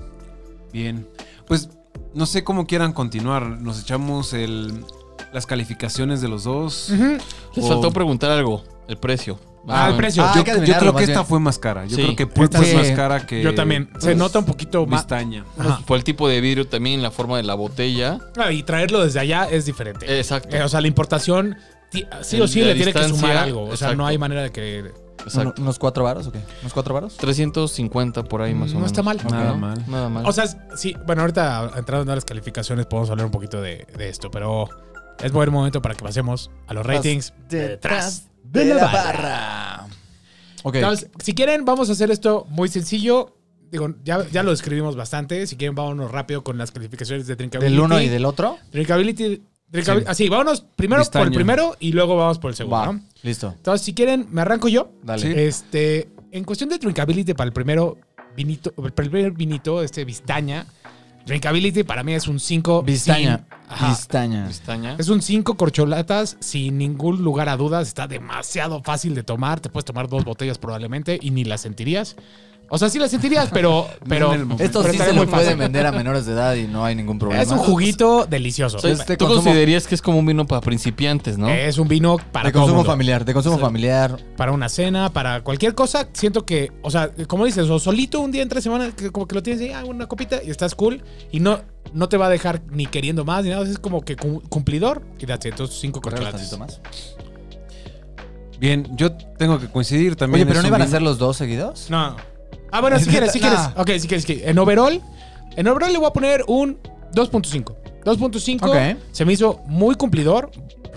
[SPEAKER 2] Bien. Pues no sé cómo quieran continuar. Nos echamos el, las calificaciones de los dos.
[SPEAKER 3] Ujú.
[SPEAKER 4] Les
[SPEAKER 2] O-
[SPEAKER 4] faltó preguntar algo, el precio.
[SPEAKER 3] Oh. Ah, el
[SPEAKER 4] Más o menos.
[SPEAKER 3] precio.
[SPEAKER 6] Ah,
[SPEAKER 2] Yo,
[SPEAKER 6] hay que
[SPEAKER 2] yo
[SPEAKER 6] adivinarlo,
[SPEAKER 2] creo que
[SPEAKER 6] más
[SPEAKER 2] esta
[SPEAKER 6] bien.
[SPEAKER 2] fue más cara. Yo
[SPEAKER 4] Sí.
[SPEAKER 2] creo que Pulpo
[SPEAKER 3] Esta
[SPEAKER 2] es
[SPEAKER 3] sí.
[SPEAKER 2] más cara que.
[SPEAKER 3] Yo también. Se
[SPEAKER 2] Pues,
[SPEAKER 3] nota un poquito más.
[SPEAKER 2] Vistaña.
[SPEAKER 3] Ajá.
[SPEAKER 4] Fue el tipo de vidrio también, la forma de la botella.
[SPEAKER 3] Ah, Y traerlo desde allá es diferente.
[SPEAKER 4] Exacto.
[SPEAKER 3] Eh, o sea, la importación ti- sí o
[SPEAKER 4] El-
[SPEAKER 3] sí
[SPEAKER 4] la
[SPEAKER 3] le tiene que
[SPEAKER 4] distancia,
[SPEAKER 3] sumar algo. O sea,
[SPEAKER 4] exacto.
[SPEAKER 3] no hay manera de que.
[SPEAKER 4] Exacto.
[SPEAKER 6] ¿Un- ¿Unos cuatro varos o qué? ¿Unos cuatro varos?
[SPEAKER 4] 350 por ahí más o menos.
[SPEAKER 3] No está mal.
[SPEAKER 2] Nada
[SPEAKER 4] Ok.
[SPEAKER 2] mal.
[SPEAKER 4] Nada mal.
[SPEAKER 3] O sea, sí, bueno, ahorita entrando a las calificaciones podemos hablar un poquito de, de esto, pero es buen momento para que pasemos a los ratings.
[SPEAKER 6] Detrás
[SPEAKER 3] de la
[SPEAKER 6] barra. Ok.
[SPEAKER 3] Entonces, si quieren, vamos a hacer esto muy sencillo. Digo, ya, ya lo describimos bastante. Si quieren, vámonos rápido con las calificaciones de Drinkability.
[SPEAKER 6] ¿Del uno y del otro?
[SPEAKER 3] Drinkability. drinkability-
[SPEAKER 6] Sí.
[SPEAKER 3] Así, vámonos primero por
[SPEAKER 2] Distaño.
[SPEAKER 3] el primero y luego vamos por el segundo.
[SPEAKER 6] Va.
[SPEAKER 3] ¿no?
[SPEAKER 6] Listo.
[SPEAKER 3] Entonces, si quieren, me arranco yo.
[SPEAKER 6] Dale.
[SPEAKER 2] Sí.
[SPEAKER 3] Este, en cuestión de drinkability para el primero vinito, para el primer vinito, este Vistaña, drinkability para mí es un 5.
[SPEAKER 6] Vistaña.
[SPEAKER 3] Ajá.
[SPEAKER 6] Vistaña.
[SPEAKER 4] Pistaña.
[SPEAKER 3] Es un 5 corcholatas, sin ningún lugar a dudas. Está demasiado fácil de tomar. Te puedes tomar dos botellas probablemente y ni las sentirías. O sea, sí las sentirías,
[SPEAKER 2] <laughs>
[SPEAKER 3] pero. pero
[SPEAKER 2] en el momento.
[SPEAKER 6] Esto
[SPEAKER 3] pero
[SPEAKER 6] sí
[SPEAKER 3] estaría
[SPEAKER 6] se lo
[SPEAKER 3] muy fácil.
[SPEAKER 6] pueden vender a menores de edad y no hay ningún problema.
[SPEAKER 3] Es un juguito delicioso.
[SPEAKER 4] Soy-
[SPEAKER 6] Este
[SPEAKER 4] Tú
[SPEAKER 6] consumo-
[SPEAKER 4] considerarías que es como un vino para principiantes, ¿no?
[SPEAKER 3] Es un vino para
[SPEAKER 6] De
[SPEAKER 3] todo
[SPEAKER 6] consumo
[SPEAKER 3] mundo.
[SPEAKER 6] familiar, de consumo familiar.
[SPEAKER 3] Para una cena, para cualquier cosa. Siento que, o sea, como dices, o solito un día entre semana, que como que lo tienes ahí, ah, una copita y estás cool. Y no, no te va a dejar ni queriendo más ni nada. Es como que cum- cumplidor y date estos cinco
[SPEAKER 6] Corremos
[SPEAKER 3] corcholatas.
[SPEAKER 6] tantito más.
[SPEAKER 2] Bien, yo tengo que coincidir también.
[SPEAKER 6] Oye, pero
[SPEAKER 2] es un
[SPEAKER 6] no iban a
[SPEAKER 2] vino-
[SPEAKER 6] ser los dos seguidos.
[SPEAKER 3] No. Ah, bueno,
[SPEAKER 6] <laughs>
[SPEAKER 3] si quieres, si quieres.
[SPEAKER 6] Nah.
[SPEAKER 3] Ok, si quieres. que- En overall, en overall le voy a poner un 2.5. 2.5
[SPEAKER 6] Ok.
[SPEAKER 3] se me hizo muy cumplidor,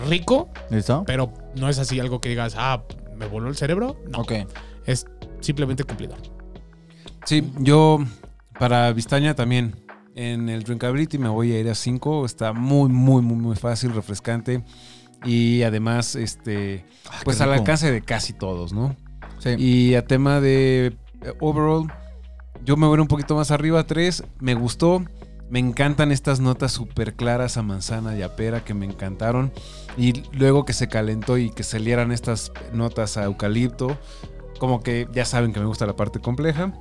[SPEAKER 3] rico,
[SPEAKER 6] ¿Listo?
[SPEAKER 3] pero no es así algo que digas, ah, me voló el cerebro. No,
[SPEAKER 6] Ok.
[SPEAKER 3] es simplemente cumplidor.
[SPEAKER 2] Sí, yo para Vistaña también. En el Drinkability me voy a ir a 5. Está muy, muy, muy, muy fácil, refrescante. Y además, este, pues
[SPEAKER 6] Ah, qué
[SPEAKER 2] al
[SPEAKER 6] rico.
[SPEAKER 2] alcance de casi todos, ¿no?
[SPEAKER 6] Sí.
[SPEAKER 2] Y a tema de eh, overall, yo me voy a ir un poquito más arriba, 3. Me gustó. Me encantan estas notas súper claras a manzana y a pera que me encantaron. Y luego que se calentó y que salieran estas notas a eucalipto. Como que ya saben que me gusta la parte compleja.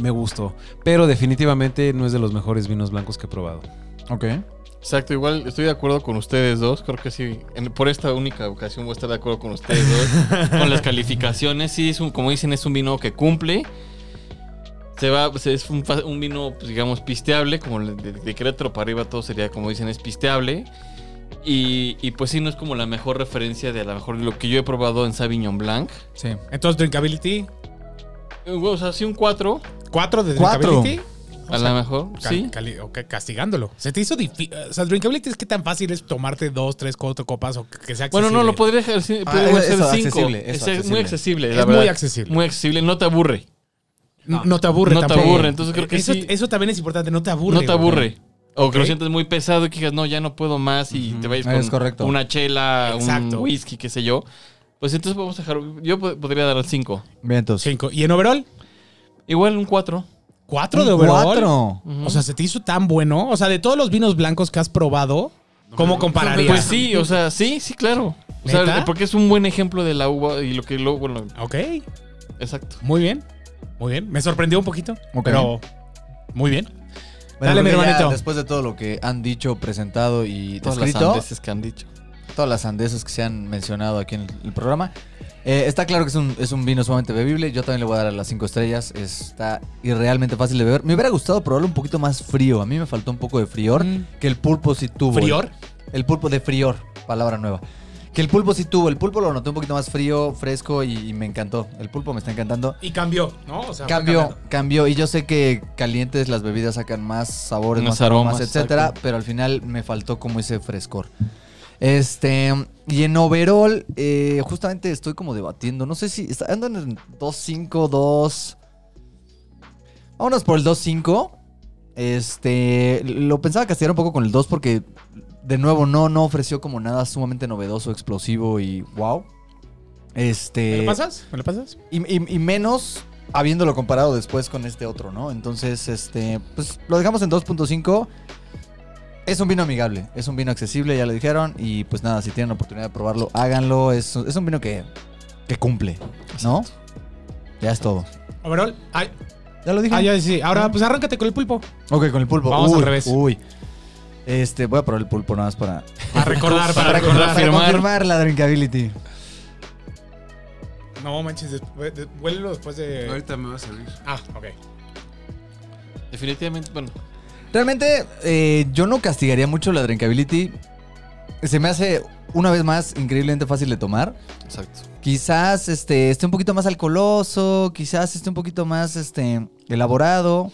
[SPEAKER 2] Me gustó. Pero definitivamente no es de los mejores vinos blancos que he probado.
[SPEAKER 6] Ok.
[SPEAKER 4] Exacto, igual estoy de acuerdo con ustedes dos. Creo que sí. en- por esta única ocasión voy a estar de acuerdo con ustedes
[SPEAKER 3] <laughs>
[SPEAKER 4] dos. con las calificaciones, sí, es un, como dicen, es un vino que cumple. Se va, pues, es un, fa- un vino, pues, digamos, pisteable. Como el de, de Querétaro para arriba, todo sería, como dicen, es pisteable. Y, y, pues sí, no es como la mejor referencia de a lo mejor lo que yo he probado en Sauvignon Blanc.
[SPEAKER 6] Sí.
[SPEAKER 3] Entonces, Drinkability,
[SPEAKER 4] Eh, bueno, O sea, sí, un 4,
[SPEAKER 3] 4 de
[SPEAKER 6] Cuatro.
[SPEAKER 3] Drinkability.
[SPEAKER 4] a lo mejor. Sí.
[SPEAKER 3] castigándolo. Se te hizo difícil. O sea, Drinkability es que tan fácil es tomarte dos, tres, cuatro copas o que- que sea
[SPEAKER 4] Bueno, no,
[SPEAKER 3] accesible.
[SPEAKER 4] lo podría ejercer.
[SPEAKER 6] Ah,
[SPEAKER 4] podría
[SPEAKER 6] eso,
[SPEAKER 4] ser
[SPEAKER 6] eso,
[SPEAKER 4] cinco.
[SPEAKER 6] accesible,
[SPEAKER 4] Es
[SPEAKER 6] eso,
[SPEAKER 4] muy
[SPEAKER 6] accesible.
[SPEAKER 4] accesible, la
[SPEAKER 3] Es
[SPEAKER 4] verdad.
[SPEAKER 3] muy accesible.
[SPEAKER 4] Muy accesible, no te aburre.
[SPEAKER 3] No, no te aburre
[SPEAKER 4] No te
[SPEAKER 3] tampoco.
[SPEAKER 4] aburre, entonces creo que
[SPEAKER 3] eso,
[SPEAKER 4] sí.
[SPEAKER 3] eso también es importante, no te aburre.
[SPEAKER 4] no te
[SPEAKER 3] güey.
[SPEAKER 4] aburre. O que
[SPEAKER 3] Ok.
[SPEAKER 4] lo sientes muy pesado y que digas, no, ya no puedo más y te vayas
[SPEAKER 6] Ah, es
[SPEAKER 4] con
[SPEAKER 6] correcto.
[SPEAKER 4] una chela,
[SPEAKER 3] Exacto.
[SPEAKER 4] un whisky, qué sé yo. Pues entonces vamos a dejar, yo pod- podría dar al 5.
[SPEAKER 6] Vientos.
[SPEAKER 3] Cinco. ¿Y en overall?
[SPEAKER 4] Igual un 4.
[SPEAKER 3] ¿Cuatro
[SPEAKER 6] Un
[SPEAKER 3] de overall?
[SPEAKER 6] cuatro.
[SPEAKER 3] O sea, ¿se te hizo tan bueno? O sea, de todos los vinos blancos que has probado, ¿cómo compararías?
[SPEAKER 4] Pues sí, o sea, sí, sí, claro. O sea,
[SPEAKER 3] ¿Neta?
[SPEAKER 4] porque es un buen ejemplo de la uva y lo que luego, bueno,
[SPEAKER 3] Ok,
[SPEAKER 4] exacto.
[SPEAKER 3] muy bien. Muy bien. Me sorprendió un poquito,
[SPEAKER 6] Ok.
[SPEAKER 3] pero muy bien.
[SPEAKER 6] Bueno,
[SPEAKER 3] Dale,
[SPEAKER 6] creo
[SPEAKER 3] mi
[SPEAKER 6] que ya
[SPEAKER 3] hermanito.
[SPEAKER 6] Después de todo lo que han dicho, presentado y
[SPEAKER 4] Todas
[SPEAKER 6] descrito,
[SPEAKER 4] las andeses que han dicho.
[SPEAKER 6] todas las sandeces que se han mencionado aquí en el, el programa, eh, está claro que es un, es un vino sumamente bebible. Yo también le voy a dar a las 5 estrellas. Está irrealmente fácil de beber. Me hubiera gustado probarlo un poquito más frío. A mí me faltó un poco de frior que el pulpo sí tuvo.
[SPEAKER 3] Mm. ¿Frior?
[SPEAKER 6] El pulpo de frior, palabra nueva. Que el pulpo sí tuvo. El pulpo lo noté un poquito más frío, fresco y, y me encantó. El pulpo me está encantando.
[SPEAKER 3] Y cambió, ¿no? O sea, fue
[SPEAKER 6] Cambio,
[SPEAKER 3] cambiando.
[SPEAKER 6] cambió. Y yo sé que calientes las bebidas sacan más sabores,
[SPEAKER 4] Más
[SPEAKER 6] más aromas,
[SPEAKER 4] aromas,
[SPEAKER 6] etcétera.
[SPEAKER 4] exacto.
[SPEAKER 6] Pero al final me faltó como ese frescor. Este. Y en overall, eh, justamente estoy como debatiendo. No sé si. está- Andan en 2-5, 2. Vámonos por el 2-5. Este. Lo pensaba castigar un poco con el 2 porque. De nuevo, no, no ofreció como nada sumamente novedoso, explosivo y wow. Este.
[SPEAKER 3] ¿Me lo pasas? ¿Me lo pasas?
[SPEAKER 6] Y, y- y menos habiéndolo comparado después con este otro, ¿no? Entonces, este, pues lo dejamos en 2.5. Es un vino amigable, es un vino accesible, ya lo dijeron. Y pues nada, si tienen la oportunidad de probarlo, háganlo. Es, es un vino que, que cumple, ¿no? Ya es todo.
[SPEAKER 3] Overall. Ay,
[SPEAKER 6] Ya lo dije.
[SPEAKER 3] ah, ya sí. Ahora, pues arráncate con el pulpo.
[SPEAKER 6] Ok, con el pulpo.
[SPEAKER 3] Vamos
[SPEAKER 6] uy,
[SPEAKER 3] al revés.
[SPEAKER 6] Uy. Este, voy a probar el pulpo nada más para,
[SPEAKER 3] A recordar, para,
[SPEAKER 4] Para
[SPEAKER 3] recordar.
[SPEAKER 6] para confirmar la drinkability.
[SPEAKER 3] No manches, después, de- huélelo después de.
[SPEAKER 2] Ahorita me va a servir.
[SPEAKER 3] Ah, ok.
[SPEAKER 4] Definitivamente, bueno,
[SPEAKER 6] Realmente, eh, yo no castigaría mucho la drinkability. Se me hace, una vez más, increíblemente fácil de tomar.
[SPEAKER 4] exacto.
[SPEAKER 6] Quizás este, esté un poquito más alcoholoso, quizás esté un poquito más este, elaborado.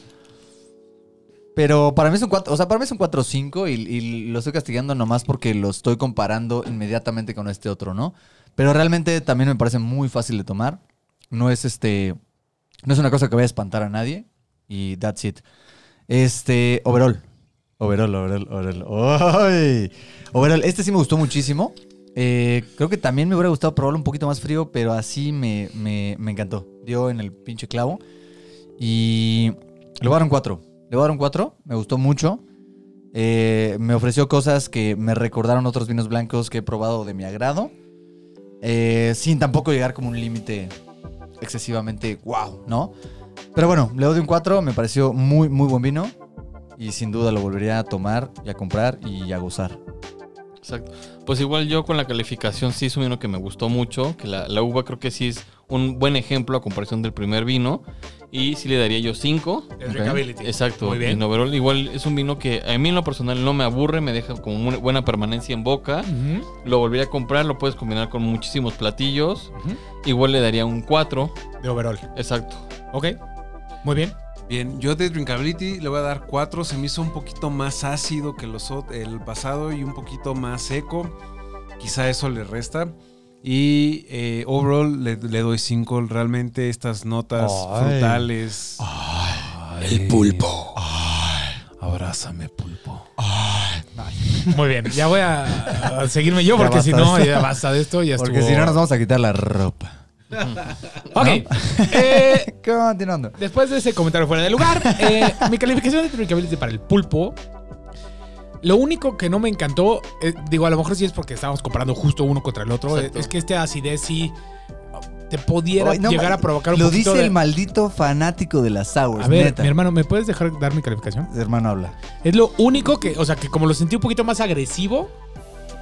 [SPEAKER 6] Pero para mí es un 4, o sea, para mí es un 4-5 y, y lo estoy castigando nomás porque lo estoy comparando inmediatamente con este otro, ¿no? Pero realmente también me parece muy fácil de tomar. No es este. No es una cosa que vaya a espantar a nadie. Y that's it. Este. Overall. Overall, overall, overall. ¡Ay! Overall, este sí me gustó muchísimo. Eh, creo que también me hubiera gustado probarlo un poquito más frío, pero así me, me- me encantó. Dio en el pinche clavo. Y le voy a dar un 4. Le voy a dar un 4. Me gustó mucho. Eh, me ofreció cosas que me recordaron otros vinos blancos que he probado de mi agrado. Eh, sin tampoco llegar como un límite excesivamente wow, ¿no? Pero bueno, le doy un 4, me pareció muy, muy buen vino. Y sin duda lo volvería a tomar y a comprar y a gozar.
[SPEAKER 4] Exacto. Pues igual yo con la calificación sí es un vino que me gustó mucho, que la, la uva creo que sí es un buen ejemplo a comparación del primer vino y sí le daría yo 5.
[SPEAKER 3] El drinkability.
[SPEAKER 4] Exacto.
[SPEAKER 3] Muy bien.
[SPEAKER 4] En overall, igual es un vino que a mí en lo personal no me aburre, me deja como una buena permanencia en boca.
[SPEAKER 3] Ujú,
[SPEAKER 4] Lo volvería a comprar, lo puedes combinar con muchísimos platillos.
[SPEAKER 3] ujú.
[SPEAKER 4] Igual le daría un 4.
[SPEAKER 3] De overall.
[SPEAKER 4] Exacto.
[SPEAKER 3] Ok. Muy
[SPEAKER 6] <laughs>
[SPEAKER 3] bien.
[SPEAKER 2] Bien, yo de Drinkability le voy a dar 4. Se me hizo un poquito más ácido que los ot- el pasado y un poquito más seco. Quizá eso le resta. Y eh, overall le, le doy 5. Realmente estas notas
[SPEAKER 6] Ay.
[SPEAKER 2] frutales. el pulpo. abrázame, pulpo.
[SPEAKER 3] Muy bien. Ya voy a, a seguirme yo
[SPEAKER 6] Ya
[SPEAKER 3] porque si
[SPEAKER 6] basta
[SPEAKER 3] no,
[SPEAKER 6] de esto.
[SPEAKER 3] ya basta de esto. Ya
[SPEAKER 6] Porque
[SPEAKER 3] estuvo.
[SPEAKER 6] si no nos vamos a quitar la ropa.
[SPEAKER 3] Ok. Eh,
[SPEAKER 6] Continuando.
[SPEAKER 3] Después de ese comentario fuera de lugar,
[SPEAKER 6] <laughs>
[SPEAKER 3] eh, mi calificación de drinkability para el pulpo. Lo único que no me encantó, eh, digo, a lo mejor sí es porque estábamos comparando justo uno contra el otro, eh,
[SPEAKER 4] Exacto.
[SPEAKER 3] es que este acidez sí te pudiera
[SPEAKER 6] Ay, no,
[SPEAKER 3] llegar
[SPEAKER 6] ma-
[SPEAKER 3] a provocar un
[SPEAKER 6] Lo
[SPEAKER 3] poquito
[SPEAKER 6] dice
[SPEAKER 3] de-
[SPEAKER 6] el maldito fanático de las sours,
[SPEAKER 3] A ver,
[SPEAKER 6] neta.
[SPEAKER 3] mi hermano, ¿me puedes dejar dar mi calificación?
[SPEAKER 6] Hermano habla.
[SPEAKER 3] Es lo único que, o sea, que como lo sentí un poquito más agresivo,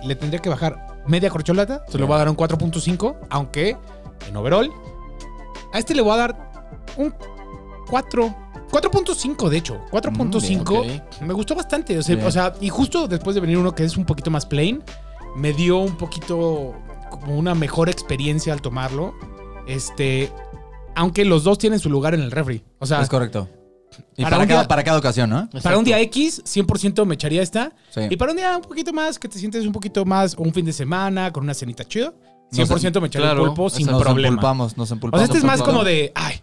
[SPEAKER 3] le tendría que bajar media corcholata, se lo voy a dar un 4.5, aunque en overall, a este le voy a dar un 4, 4.5 de hecho, 4.5.
[SPEAKER 4] Ok.
[SPEAKER 3] Me gustó bastante. O sea,
[SPEAKER 6] Mm, Bien.
[SPEAKER 3] o sea, y justo después de venir uno que es un poquito más plain, me dio un poquito como una mejor experiencia al tomarlo. Este. Aunque los dos tienen su lugar en el refri. O sea,
[SPEAKER 6] es correcto.
[SPEAKER 3] Ah. para
[SPEAKER 6] Y para,
[SPEAKER 3] un
[SPEAKER 6] cada,
[SPEAKER 3] día-
[SPEAKER 6] para cada ocasión, ¿no?
[SPEAKER 3] para un día X, 100% me echaría esta.
[SPEAKER 6] Sí.
[SPEAKER 3] Y para un día un poquito más, que te sientes un poquito más, un fin de semana, con una cenita chida, 100% me echaría
[SPEAKER 4] claro,
[SPEAKER 3] el pulpo sin
[SPEAKER 6] nos
[SPEAKER 3] problema.
[SPEAKER 6] empulpamos, nos
[SPEAKER 3] O
[SPEAKER 6] empulpamos.
[SPEAKER 3] sea, este es más
[SPEAKER 4] Claro.
[SPEAKER 3] como de, ay,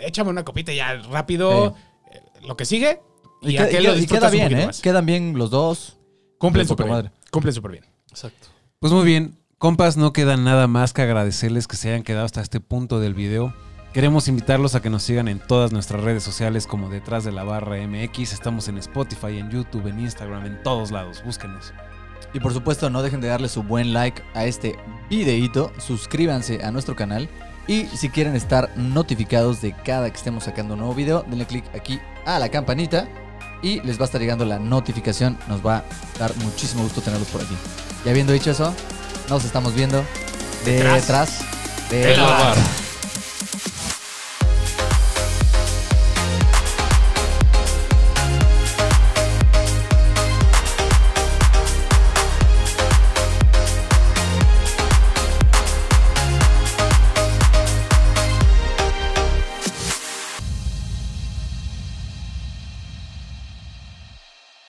[SPEAKER 3] échame una copita ya rápido, eh, lo que sigue. Y,
[SPEAKER 6] Y, que-
[SPEAKER 3] aquel
[SPEAKER 6] y
[SPEAKER 3] lo
[SPEAKER 6] que- y
[SPEAKER 3] disfrutas
[SPEAKER 6] queda
[SPEAKER 3] un
[SPEAKER 6] bien,
[SPEAKER 3] poquito
[SPEAKER 6] ¿eh?
[SPEAKER 3] más.
[SPEAKER 6] Quedan bien los dos.
[SPEAKER 3] Cumplen
[SPEAKER 6] de poca
[SPEAKER 3] súper bien.
[SPEAKER 6] madre.
[SPEAKER 3] Cumplen súper bien.
[SPEAKER 4] Exacto.
[SPEAKER 2] Pues muy bien, compas, no queda nada más que agradecerles que se hayan quedado hasta este punto del video. Queremos invitarlos a que nos sigan en todas nuestras redes sociales como Detrás de la Barra MX. Estamos en Spotify, en YouTube, en Instagram, en todos lados. Búsquenos.
[SPEAKER 6] Y por supuesto, no dejen de darle su buen like a este videíto. Suscríbanse a nuestro canal. Y si quieren estar notificados de cada que estemos sacando un nuevo video, denle click aquí a la campanita. Y les va a estar llegando la notificación. Nos va a dar muchísimo gusto tenerlos por aquí. Y habiendo dicho eso, nos estamos viendo detrás,
[SPEAKER 4] De la barra.